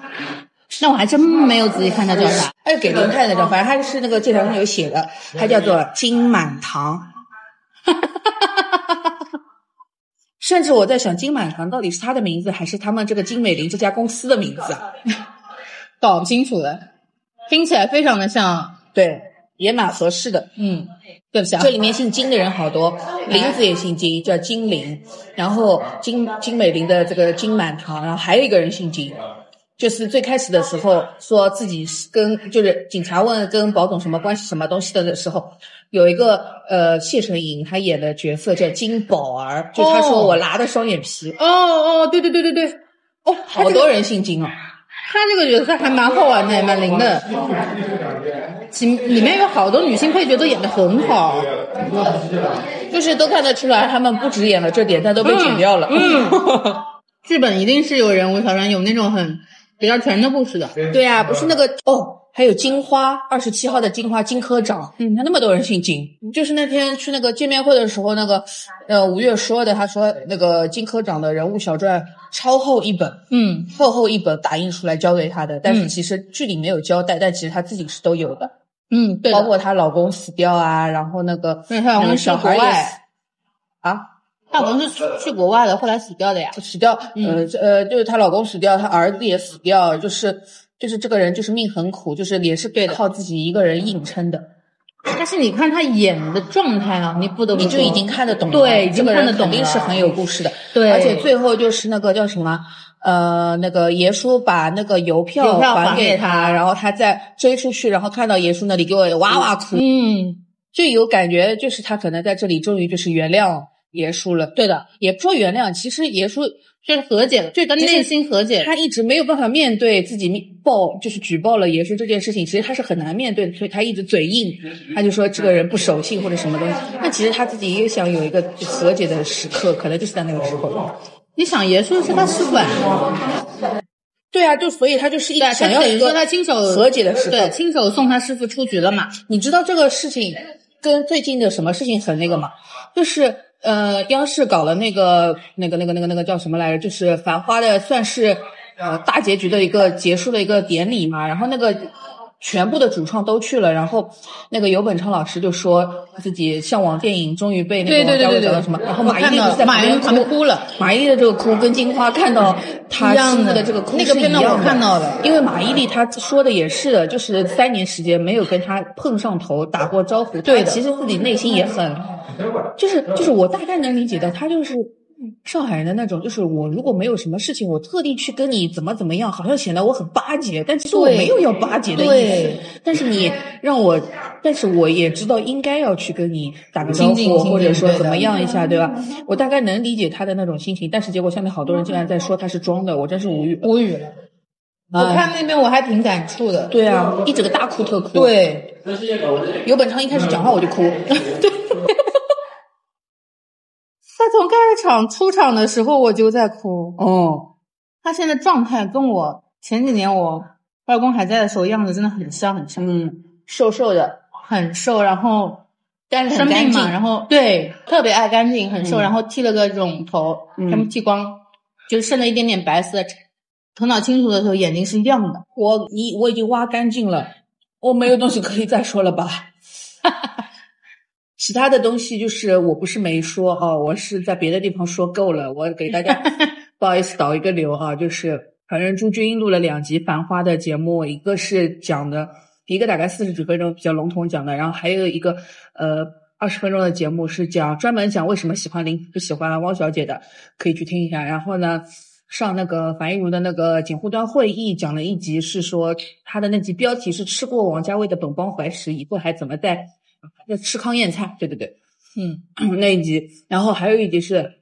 那我还真没有仔细看他叫啥。哎，给林泰那张，反正他是那个借条上有写的，他叫做金满堂。甚至我在想，金满堂到底是他的名字，还是他们这个金美玲这家公司的名字啊？搞不清楚了，听起来非常的像，对，也蛮合适的。嗯，对不起啊这，里面姓金的人好多，林子也姓金，叫金林。然后金金美玲的这个金满堂，然后还有一个人姓金，就是最开始的时候说自己是跟就是警察问跟保总什么关系什么东西的时候，有一个呃谢承颖他演的角色叫金宝儿，就他说哦我拉的双眼皮，哦哦，对对对对对，哦，好他这个多人姓金哦。他这个角色还蛮好玩的，也蛮灵的，其里面有好多女性配角都演的很好，就是都看得出来，他们不止演了这点，但都被剪掉了。 嗯，剧本一定是有人为挑战，有那种很比较全的故事的，对啊，不是那个哦，还有金花二十七号的金花金科长，嗯，那么多人姓金，就是那天去那个见面会的时候，那个呃吴越说的，他说那个金科长的人物小传超厚一本，嗯，厚厚一本打印出来交给他的，但是嗯其实剧里没有交代，但其实他自己是都有的，嗯，对的，包括她老公死掉啊，然后那个那她老公个去小孩国也嗯外死啊，她好像是去去国外的，后来死掉的呀。死掉，嗯呃呃，就是她老公死掉，她儿子也死掉，就是就是这个人就是命很苦，就是也是对靠自己一个人硬撑的，但是你看她演的状态啊，你不得不你说就已经看得懂了，对，已这经个看人得懂肯定了是很有故事的，对而且最后就是那个叫什么，呃，那个爷叔把那个邮票邮票还还给给他，然后他再追出去，然后看到爷叔那里给我哇哇哭，嗯，最有感觉就是他可能在这里终于就是原谅爷叔了，对的，也不说原谅，其实爷叔。就是和解了，就跟其实内心和解了。他一直没有办法面对自己面报就是举报了爷叔这件事情，其实他是很难面对的，所以他一直嘴硬，他就说这个人不守信或者什么东西。那其实他自己也想有一个和解的时刻，可能就是在那个时候。你想，爷叔是他师傅啊，对啊，就所以他就是一对啊，直他想要等于一说个他亲手和解的时刻对，。亲手送他师傅出局了嘛。你知道这个事情跟最近的什么事情很那个啊吗？就是呃，央视搞了那个那个那个那个那个叫什么来着？就是《繁花》的算是呃大结局的一个结束的一个典礼嘛。然后那个全部的主创都去了，然后那个尤本昌老师就说自己向往电影，终于被那对个对王家对对卫找对到什么，然后马伊琍我就看到在马伊琍边旁边哭了，马伊琍的这个哭跟金花看到她一样师的傅的这个哭那是个一片样段我看到了因为马伊琍她说的也是的，就是三年时间没有跟他碰上头，打过招呼，对的她其实自己内心也很，就是就是我大概能理解到，她就是。上海人的那种，就是我如果没有什么事情，我特地去跟你怎么怎么样，好像显得我很巴结，但其实我对没有要巴结的意对思。但是你让我，但是我也知道应该要去跟你打个招亲近呼，亲或者近说对的怎么样一下，对吧？我大概能理解他的那种心情，但是结果下面好多人竟然在说他是装的，我真是无语了。无语了。我哎看那边我还挺感触的，对啊，一整个大哭特哭。，对，尤本昌一开始讲话我就哭。 他从开场出场的时候我就在哭，哦，他现在状态跟我前几年我外公还在的时候样子真的很像很像，嗯，瘦瘦的，很瘦，然后但是生很干病净嘛，。然后对特别爱干净，很瘦，嗯然后剃了个绒头，嗯他们剃光，就剩了一点点白色。头脑清楚的时候眼睛是亮的，我你我已经挖干净了，我没有东西可以再说了吧？其他的东西就是我不是没说啊，我是在别的地方说够了，我给大家不好意思导一个流啊，就是反正朱军录了两集《繁花》的节目，一个是讲的，一个大概四十几分钟比较笼统讲的，然后还有一个呃二十分钟的节目是讲专门讲为什么喜欢林不喜欢汪小姐的，可以去听一下。然后呢，上那个樊亦茹的那个警护端会议讲了一集，是说她的那集标题是吃过王家卫的本帮怀石，以后还怎么在在吃糠咽菜？对对对，嗯，那一集，然后还有一集是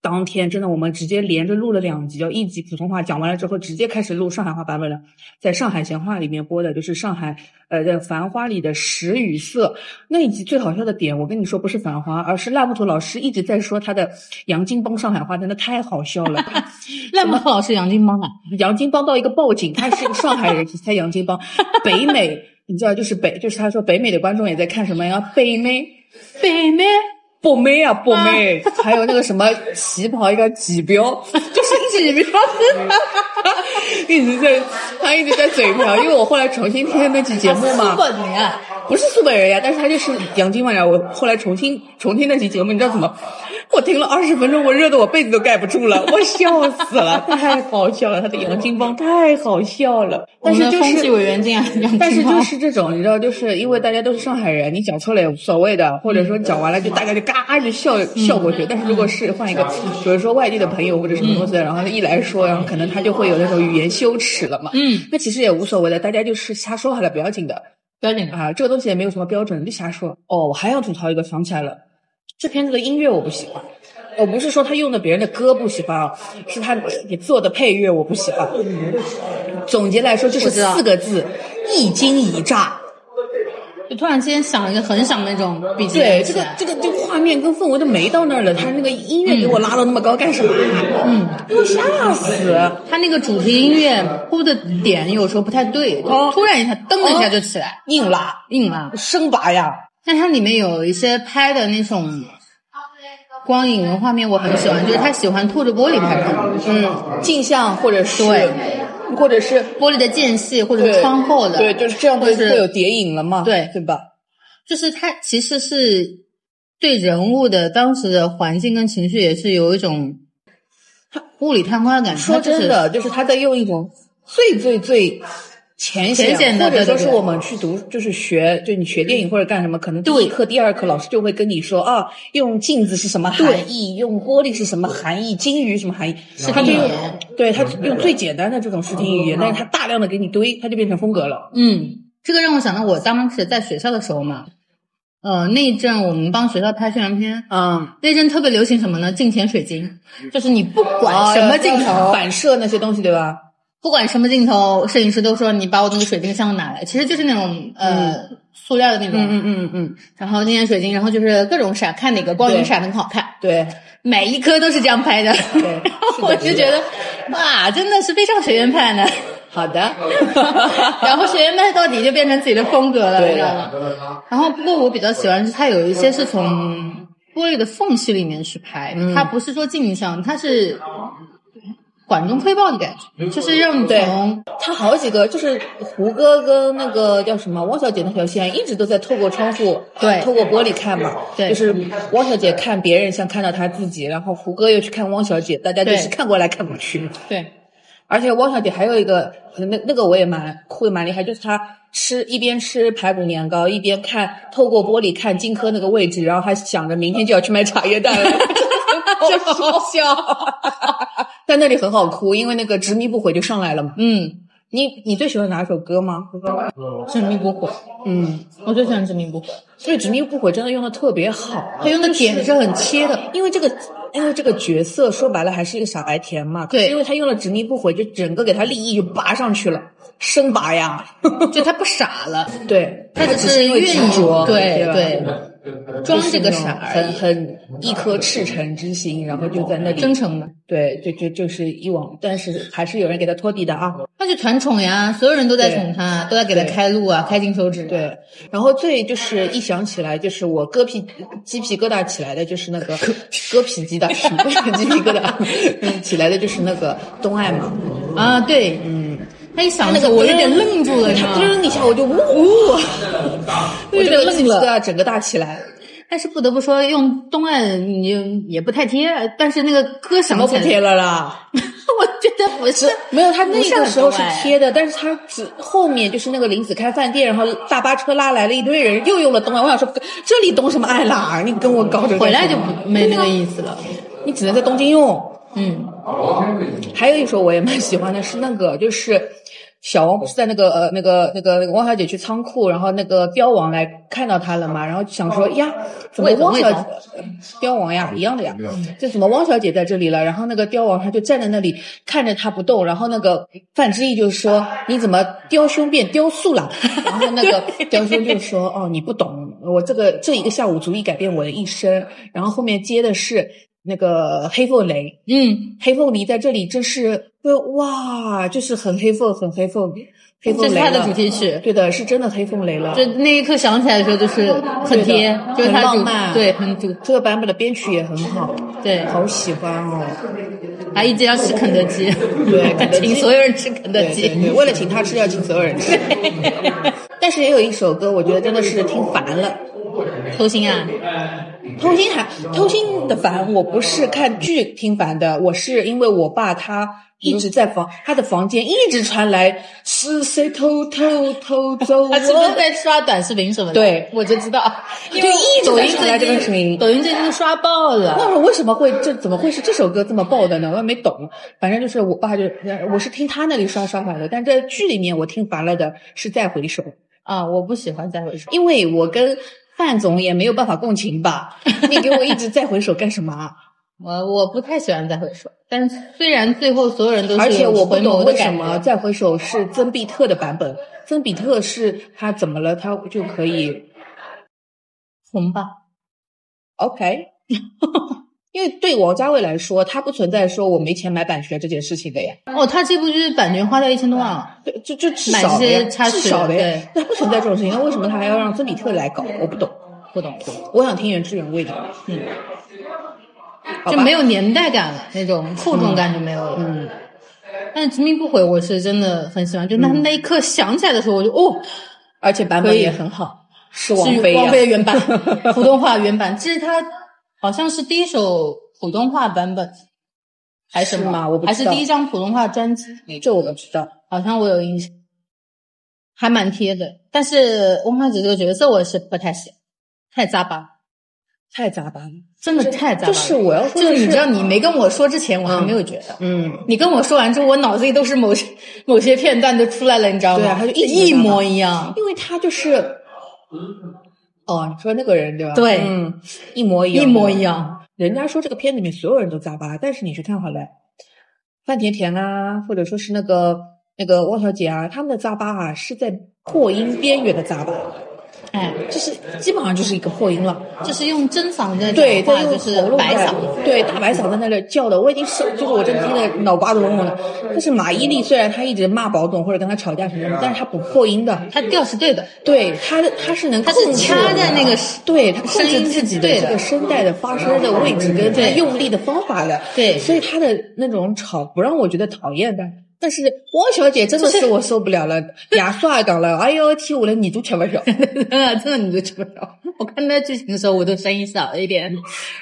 当天真的，我们直接连着录了两集，哦，一集普通话讲完了之后，直接开始录上海话版本了，在上海闲话里面播的，就是上海呃在《繁花》里的石与色那一集最好笑的点，我跟你说不是《繁花》，而是烂木头老师一直在说他的杨金帮上海话，真的太好笑了。烂木头老师杨金帮啊， 杨金帮到一个报警，他是一个上海人，他杨金帮，北美，你知道就是北，就是他说北美的观众也在看什么呀？北美，北妹，波妹啊，波妹，还有那个什么旗袍一个几标， 就是几标， 一直在他一直在嘴瓢，因为我后来重新听那期节目嘛，本人啊，不是苏北人呀，但是他就是杨金嘛呀。我后来重新重听那期节目，你知道怎么？我听了二十分钟，我热的我被子都盖不住了，我笑死了，太好笑了，他的杨金帮太好笑了。但是我们的就风纪是委员竟然杨金帮，但是就是这种，你知道，就是因为大家都是上海人，你讲错了也无所谓的，或者说讲完了就大家就嘎就笑嗯笑过去。但是如果是换一个，比如说外地的朋友或者什么东西的，然后他一来说，然后可能他就会有那种语言羞耻了嘛。嗯，那其实也无所谓的，大家就是瞎说好了，不要紧的。不要紧的，啊，这个东西也没有什么标准，就瞎说。哦，我还要吐槽一个，想起来了，这片子的音乐我不喜欢。我不是说他用的别人的歌不喜欢啊，是他给做的配乐我不喜欢。总结来说就是知道四个字：一惊一乍。就突然之间想了一个很想那种 BGM，对，这起个来啊这个这个画面跟氛围都没到那儿了，他那个音乐给我拉到那么高干什么？嗯，给我吓死！他那个主题音乐播的点有时候不太对，哦就突然一下噔的一下就起来，硬拉，硬了。生拔呀！但它里面有一些拍的那种光影和画面，我很喜欢，就是他喜欢透着玻璃拍摄，嗯，镜像或者是对，或者是玻璃的间隙或者对是窗后的，对，就是这样会或者是会有叠影了嘛？对对吧？就是他其实是对人物的当时的环境跟情绪也是有一种雾里探花的感觉。说嗯它就是真，的，就是他在用一种最最最浅显，浅显的或者对对说是对我们去读，就是学，就你学电影或者干什么，可能第对一课、第二课老师就会跟你说啊，用镜子是什么含义，用玻璃是什么含义，金鱼什么含义，视他就听语用言对他用最简单的这种视听语言，但是他大量的给你堆，他就变成风格了。嗯，这个让我想到我当时在学校的时候嘛，呃，那一阵我们帮学校拍宣传片，嗯，那阵特别流行什么呢？镜前水晶，就是你不啊管什么镜头，反射那些东西，对吧？不管什么镜头，摄影师都说你把我那个水晶箱拿来，其实就是那种呃塑料的那种，嗯嗯嗯，然后镜前水晶，然后就是各种闪，看哪个光影对闪的好看。对，每一颗都是这样拍的，对然后 我是的就觉得，哇，真的是非常学院派呢。。好的 然后学院派到底就变成自己的风格了，对啊你知道吗？然后不过我比较喜欢是它有一些是嗯从玻璃的缝隙里面去拍，它不是说镜像，它是管中窥豹的感觉，就是让你对从他好几个就是胡歌跟那个叫什么汪小姐那条线，一直都在透过窗户，对透过玻璃看嘛，对就是汪小姐看别人像看到她自己，然后胡歌又去看汪小姐，大家就对是看过来看过去。对而且汪小姐还有一个，那那个我也蛮会蛮厉害，就是她吃一边吃排骨年糕，一边看透过玻璃看荆轲那个位置，然后还想着明天就要去买茶叶蛋了， 就是好笑。 在那里很好哭，因为那个执迷不悔就上来了嘛。嗯，你你最喜欢哪首歌吗？执迷不悔，嗯，我最喜欢执迷不悔。所以执迷不悔真的用的特别好，啊他用的点是很切的，因为这个因为这个角色说白了还是一个傻白甜嘛，对可是因为他用了执迷不悔，就整个给他立意就拔上去了，生拔呀， 就他不傻了，对，他只只是是因为愿执意着，对吧对，装这个傻而很已，很一颗赤诚之心，然后就在那里真诚的。对，就就就是一往，但是还是有人给他托底的啊。他就团宠呀，所有人都在宠他，都在给他对开路啊，开金手指。对，然后最就是一想起来，就是我割皮鸡皮疙瘩起来的，就是那 个割皮鸡蛋 鸡皮疙瘩嗯起来的，就是那个东爱嘛。啊，对，嗯，他一想那个，那个我有点愣住了，你知道吗？噔一下我就呜呜， 我有这点个鸡皮愣疙瘩了。整个大起来，但是不得不说，用东岸你也不太贴，但是那个歌怎想么起不来贴，了啦？ 我觉得不是，没有，他那不哎像个时候是国外贴的，但是他只后面就是那个林子开饭店，然后大巴车拉来了一堆人，又用了东爱。我想说，这里懂什么爱啦？你跟我搞这个回来干就什么不没那个意思了。你只能在东京用。嗯，还有一首我也蛮喜欢的，是那个就是小王不是在那个呃那个那个那个汪小姐去仓库，然后那个标王来看到她了嘛，然后就想说呀，怎么魏总汪小魏姐嗯总标王呀一样的呀，就怎么汪小姐在这里了？然后那个标王他就站在那里看着她不动，然后那个范之毅就说你怎么雕胸变雕塑了？ 然后那个雕兄就说哦你不懂，我这个这一个下午足以改变我的一生。然后后面接的是那个黑凤雷。嗯，黑凤梨在这里真是，对哇，就是很黑凤，很黑凤，黑凤嗯这雷是了他的主，题曲。对的，是真的黑凤雷了就。那一刻想起来的时候，就是很贴，对的就是他很主浪漫对，很主这个版本的编曲也很好，对，好喜欢 哦。还一直要吃肯德 基，对肯德基 请所有人吃肯德对基对。对，为了请他吃，要请所有人 吃。但是也有一首歌，我觉得真的是听烦了。偷心啊，偷心还偷心的烦，我不是看剧听烦的，我是因为我爸他一直在房，他的房间一直传来是谁偷偷偷走 他是不是我在刷短视频什么的？对我就知道，因为就抖一音直在传来最这个近声音抖音最近刷爆那了。会儿为什么会这怎么会是这首歌这么爆的呢？我也没懂。反正就是我爸就我是听他那里刷刷烦的，但这剧里面我听烦了的是再回首，啊，我不喜欢再回首，因为我跟范总也没有办法共情吧？你给我一直再回首干什么啊？我我不太喜欢再回首，但是虽然最后所有人都是而且我不回懂眸的为什感么觉，再回首是曾比特的版本，曾比特是他怎么了，他就可以红吧， OK。因为对王家卫来说，他不存在说我没钱买版权这件事情的呀。哦，他这部剧版权花掉一千多万了，对，就就至买少的些呀插至曲少的呀对，嗯那不存在这种事情，那为什么他还要让曾比特来搞？我不懂，不懂，我想听原汁原味的，嗯，好就吧没有年代感了，那种厚重感就没有了。嗯，但是《执迷不悔》我是真的很喜欢，就那那一刻想起来的时候，我就哦，嗯而且版可本以也很好，是是菲呀王菲的 原版，普通话原版，这是他好像是第一首普通话版本，还是什是吗么？我不还知是道第一张普通话专辑，这我不知道，好像我有印象，还蛮贴的。但是翁浩子这个角色我是不太喜欢，太扎巴了，太杂巴了，真的太就扎巴了。是我要就说的你知道，是，你没跟我说之前，我还没有觉得。嗯，你跟我说完之后，我脑子里都是某些某些片段都出来了，你知道吗？对啊他就一直一扎巴模一样。因为他就是，哦，你说那个人对吧？嗯对嗯，一模一样，一模一。样，人家说这个片子里面所有人都扎巴，但是你去看好了，范甜甜啊，或者说是那个那个汪小姐啊，他们的扎巴啊是在破音边缘的扎巴，哎，就是基本上就是一个破音了。就是用真嗓子对，讲在话，用就是喉咙白在嗓子。对大白嗓在那里叫的，我已经是就是我真听得脑瓜子嗡嗡的。嗯但是马伊琍虽然她一直骂宝总或者跟他吵架什么的，但是她不破音的，他调是对的，对她她是能他是控制掐在那个 对他控声制音自己的对这的个声带的发声的位置跟他对用力的方法的，对所以他的那种吵不让我觉得讨厌的。但是汪小姐真的是我受不了了，亚瑟也讲了，哎呦天，我连你都吃 不消。真的啊你都吃不了。我看那剧情的时候，我都声音小一点，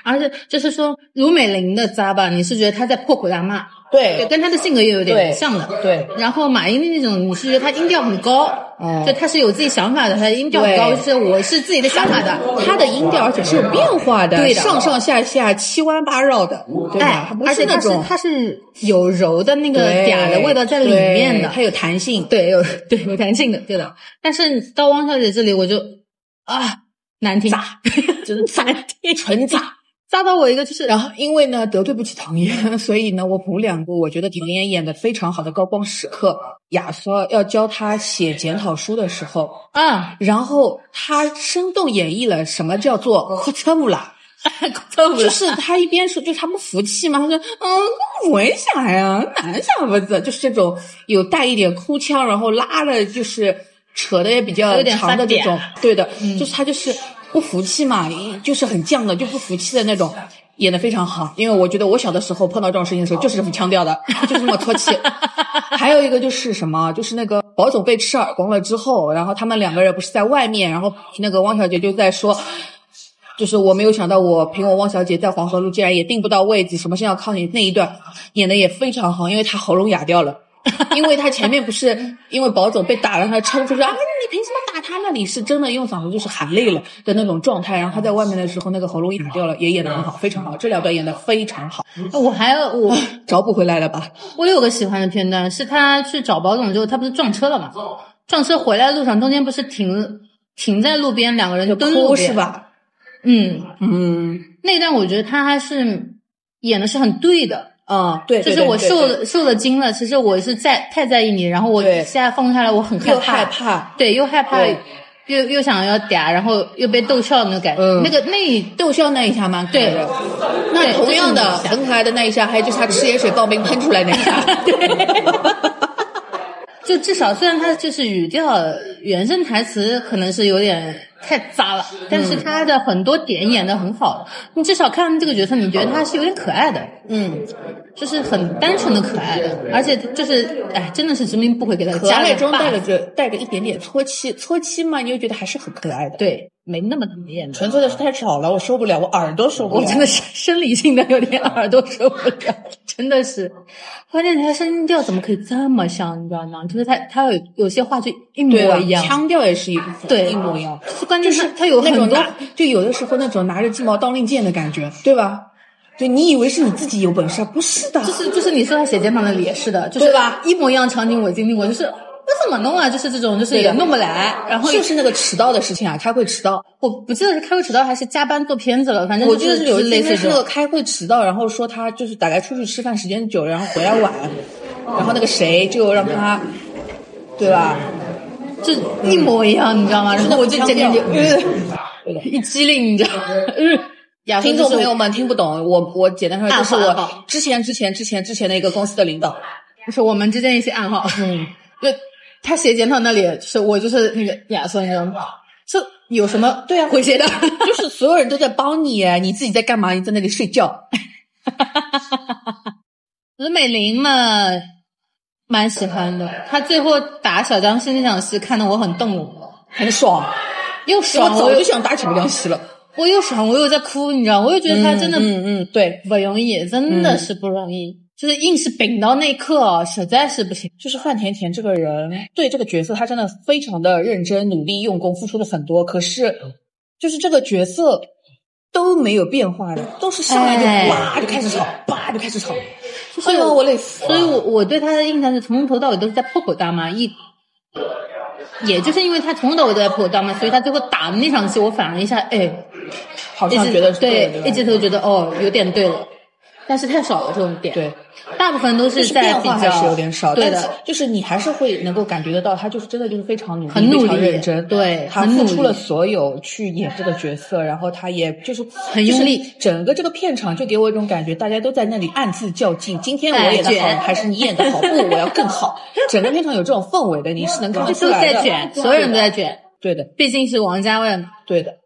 而且就是说卢美玲的渣吧，你是觉得她在破口大骂，对，对跟她的性格也有点对像的。对然后马伊琍那种，你是觉得她音调很高，嗯就她是有自己想法的，她的音调很高，对就是我是自己的想法的。她的音调而且是有变化的，对的上上下下七弯八绕的，对吧？哎她，不而且是那它是种它是有柔的那个对嗲的味道在里面对的，它有弹性。对有 对有弹性的，对的。但是到汪小姐这里，我就啊难听， 就是难听，纯渣 扎到我一个就是，然然后后因为呢得罪不起唐嫣， 所以呢我补两个我觉得唐嫣演的非常好的高光时刻。亚瑟要教他写检讨书的时候，啊，然后他生动演绎了什么叫做 “哭车乌啦”，臭不就了，是他一边说，就是他不服气嘛，他说：“嗯，闻一下呀，难下不子。”就是这种有带一点哭腔，然后拉的就是扯的也比较有点长的翻嗯这点种，对的，就是他就是不服气嘛，就是很犟的，就不服气的那种。演的非常好，因为我觉得我小的时候碰到这种事情的时候，就是这副腔调的，就是这么拖气。 还有一个就是什么，就是那个宝总被吃耳光了之后，然后他们两个人不是在外面，然后那个汪小姐就在说，就是我没有想到我凭我汪小姐在黄河路竟然也定不到位置，什么事要靠你那一段演的也非常好，因为她喉咙哑掉了。 因为她前面不是因为宝总被打了，她撑出去啊，你凭什么打他？那里是真的用嗓子就是喊累了的那种状态。然后她在外面的时候，那个喉咙哑掉了，也演得很好，非常好。这两段演得非常好，我还有我找补回来了吧？我有个喜欢的片段，是他去找保总之后，他不是撞车了嘛？撞车回来的路上，中间不是停停在路边，两个人就蹲路哭边是？吧？嗯，嗯那段我觉得他还是演的是很对的，啊，对，对就是我对对受对了受了惊了，其实我是在太在意你，然后我对现在放下来，我很害又怕，害怕，对，又害怕，对又又想要嗲，然后又被逗笑的那种感觉，嗯那个那一逗笑那一下蛮可爱的对。那对同样的就是很可爱的那一下，还有就是他吃盐水棒被喷出来那一 下。就至少虽然他就是语调、原声台词可能是有点太渣了，但嗯是他的很多点演的很好。你至少看这个角色，你觉得他是有点可爱的，嗯，就是很单纯的可爱的，而且就是哎，真的是殖民不会给他可加爱了嗯中带霸了着带着一点点搓气，搓气嘛，你又觉得还是很可爱的。，对，没那么讨厌的。纯粹的是太吵了，我受不了，我耳朵受不了。我真的是生理性的有点耳朵受不了，真的是。关键是他声音调怎么可以这么像，你知道吗？就是他他有有些话就一模对啊一样，腔调也是一部分，对一模一样。是关键就是是他有那很种多拿，就有的时候那种拿着鸡毛当令箭的感觉，对吧？就你以为是你自己有本事，啊不是的。就是就是你说他写肩膀的也是的，就是对吧？一模一样场景我经历过，就是我怎么弄啊？就是这种，就是对的也弄不来，然后是不是那个迟到的事情啊？开会迟到，我不记得是开会迟到还是加班做片子了，反正我记就得是是有一次类应该似是这那个种。开会迟到，然后说他就是大概出去吃饭时间久了，然后回来晚，哦然后那个谁就让他，对吧？嗯就一模一样，你知 道吗？然后我就整个人就对的呃，一激灵，你知道吗？ 呃，听众朋友们听不懂，我我简单说就是暗号暗我之前之前之前之前的一个公司的领导， 就是我们之间一些暗号。嗯， 就他写检讨那里，就是我就是那个亚瑟，你知道吗？是有什么对啊回 写的？就是所有人都在帮你，你自己在干嘛？你在那里睡觉。 紫美玲嘛，蛮喜欢的。她最后打小僵尸那场戏，看得我很动容，很爽，又我爽，我早又就想打起不良西了。我又爽，我又在哭，你知道吗，我又觉得她真的嗯嗯，嗯对，不容易，真的是不容易，就是硬是顶到那一刻哦，实在是不行。就是范甜甜这个人对这个角色，她真的非常的认真、努力、用功，付出了很多。可是，就是这个角色都没有变化的，都是上来哎就叭就开始吵，叭就开始吵，所以我累死所以我我对她的印象是从头到尾都是在破口大骂，一也就是因为她从头到尾都在破口大骂，所以她最后打的那场戏，我反而一下哎，好一像直觉得是对的，一直都觉得哦有点对了。但是太少了这种点。对，大部分都就是是在变比化较还是有点少，对但是的，就是你还是会能够感觉得到，他就是真的就是非常努力，很努非常力认真，对他很努付力出了所有去演这个角色，然后他也就是很用力，就是整个这个片场就给我一种感觉，大家都在那里暗自较劲，今天我演的好哎卷还是你演的好，不，我要更 好，整个片场有这种氛围的，你是能看得都出是来在的，卷，所有人都在卷，对的，毕竟是王家卫嘛。对的，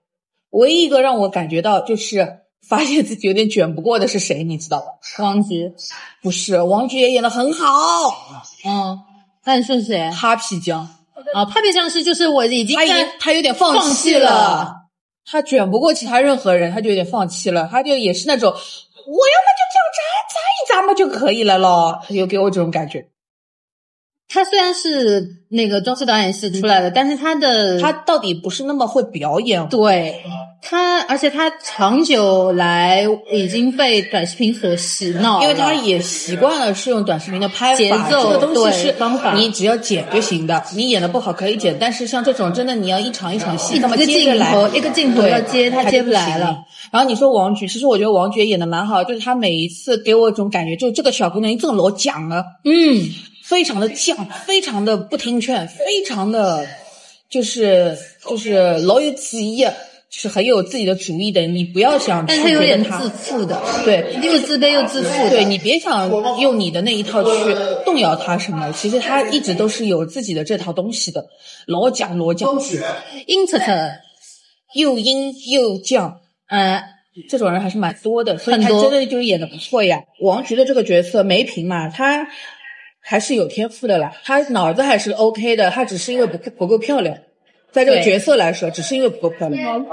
唯一一个让我感觉到就是发现自己有点卷不过的是谁，你知道吧？王菊，不是，王菊也演的很好，嗯，那你说谁啊？哈皮酱。帕皮酱是就是我已经他已经在他有点放放弃弃了了，他卷不过其他任何人，他就有点放弃了，他就也是那种我要么就叫砸砸一砸嘛就可以了咯，有给我这种感觉。他虽然是那个中式导演系出来的，但是他的他到底不是那么会表演，对他，而且他长久来已经被短视频所洗脑了，因为他也习惯了是用短视频的拍法，节奏这个东西对是方法你只要剪就行的，你演的不好可以剪，但是像这种真的你要一场一场戏那么一个接着镜来，头一个镜头对要接，他接不来了。。然后你说王菊，其实我觉得王菊也演的蛮好，就是她每一次给我一种感觉，就是这个小姑娘一中了奖了，嗯，啊非常的犟，非常的不听劝，非常的就是就是老有主意，啊就是很有自己的主意的。你不要想但去是他有觉得点她自负的，对。又自卑又自负的。对你别想用你的那一套去动摇她什么，其实她一直都是有自己的这套东西的，老讲老讲，因此他又阴又犟，呃，这种人还是蛮多的，所以很他多真的就是演的不错呀。王菊的这个角色梅萍嘛，她还是有天赋的啦，她脑子还是 OK 的，她只是因为不够不够漂亮，在这个对角色来说，只是因为不够漂亮。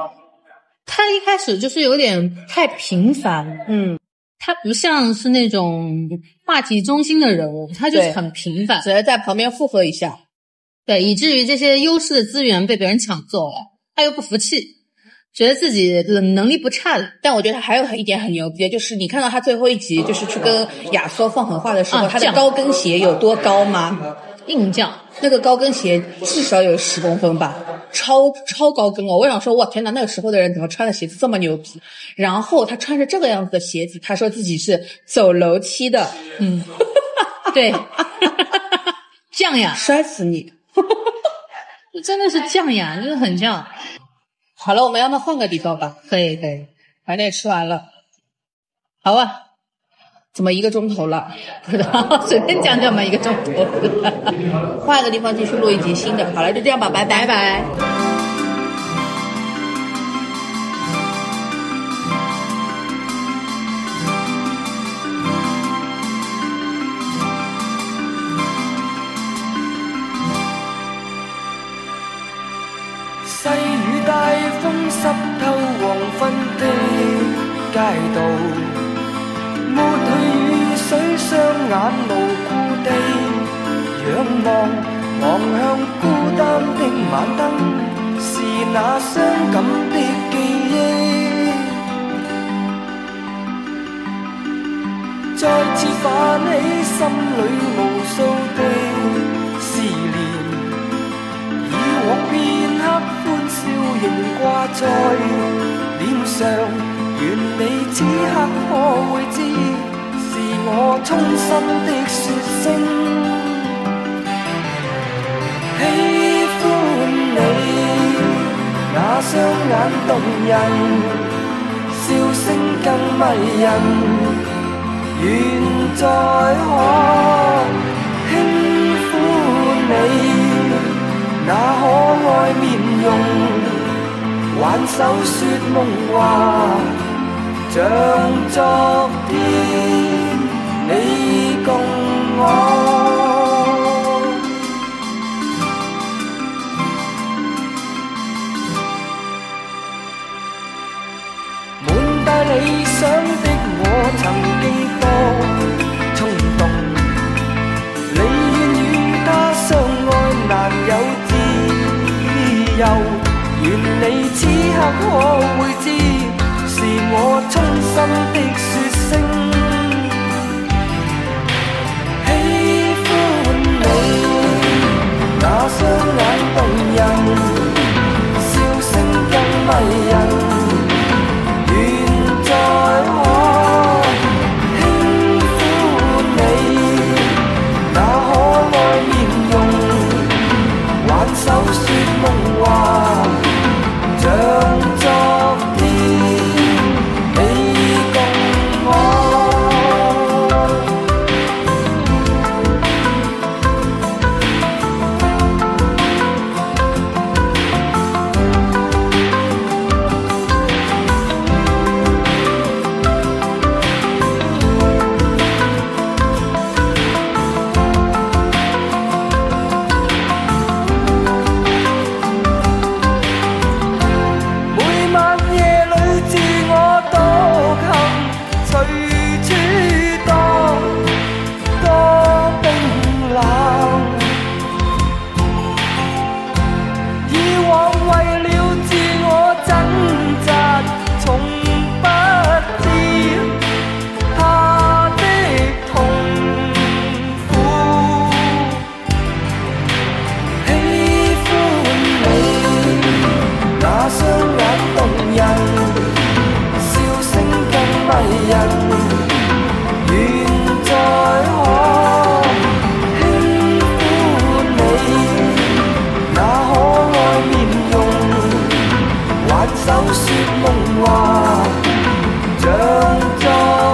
他一开始就是有点太平凡了，嗯，他不像是那种话题中心的人物，他就是对很平凡，只能在旁边附和一下。对，以至于这些优势的资源被别人抢走了，他又不服气，觉得自己的能力不差的，但我觉得还有一点很牛逼，就是你看到他最后一集，就是去跟亚索放狠话的时候，啊他这的样高跟鞋有多高吗？硬犟。那个高跟鞋至少有十公分吧，超超高跟哦！我想说，哇天哪，那个时候的人怎么穿的鞋子这么牛逼？然后他穿着这个样子的鞋子，他说自己是走楼梯的， 对，犟呀，摔死你！真的是犟呀，就是很犟。好了，我们要不要换个地方吧？可以可以，把那吃完了，好吧？怎么一个钟头了？ 不知道 随便讲讲吧，一个钟头。 换个地方继续录一集新的。好了，就这样吧，拜拜拜。细雨大风湿透黃昏的街道，抹去雨水，雙眼無辜地仰望，望向孤單的晚燈，是那傷感的記憶，再次泛起心裏無數的思念。以往片刻歡笑仍掛在臉上，願你此刻可會知，是我衷心的説聲喜歡你，那雙眼動人，笑聲更迷人。願再可輕撫你。那可愛面容，挽手說夢話，像昨天你共我。滿帶理想的我，曾經多衝動。你願與他相愛難有自由，願你此刻可會知，是我衷心的説聲喜歡你，那雙眼動人，笑聲更迷人，願再可輕说梦话，像在。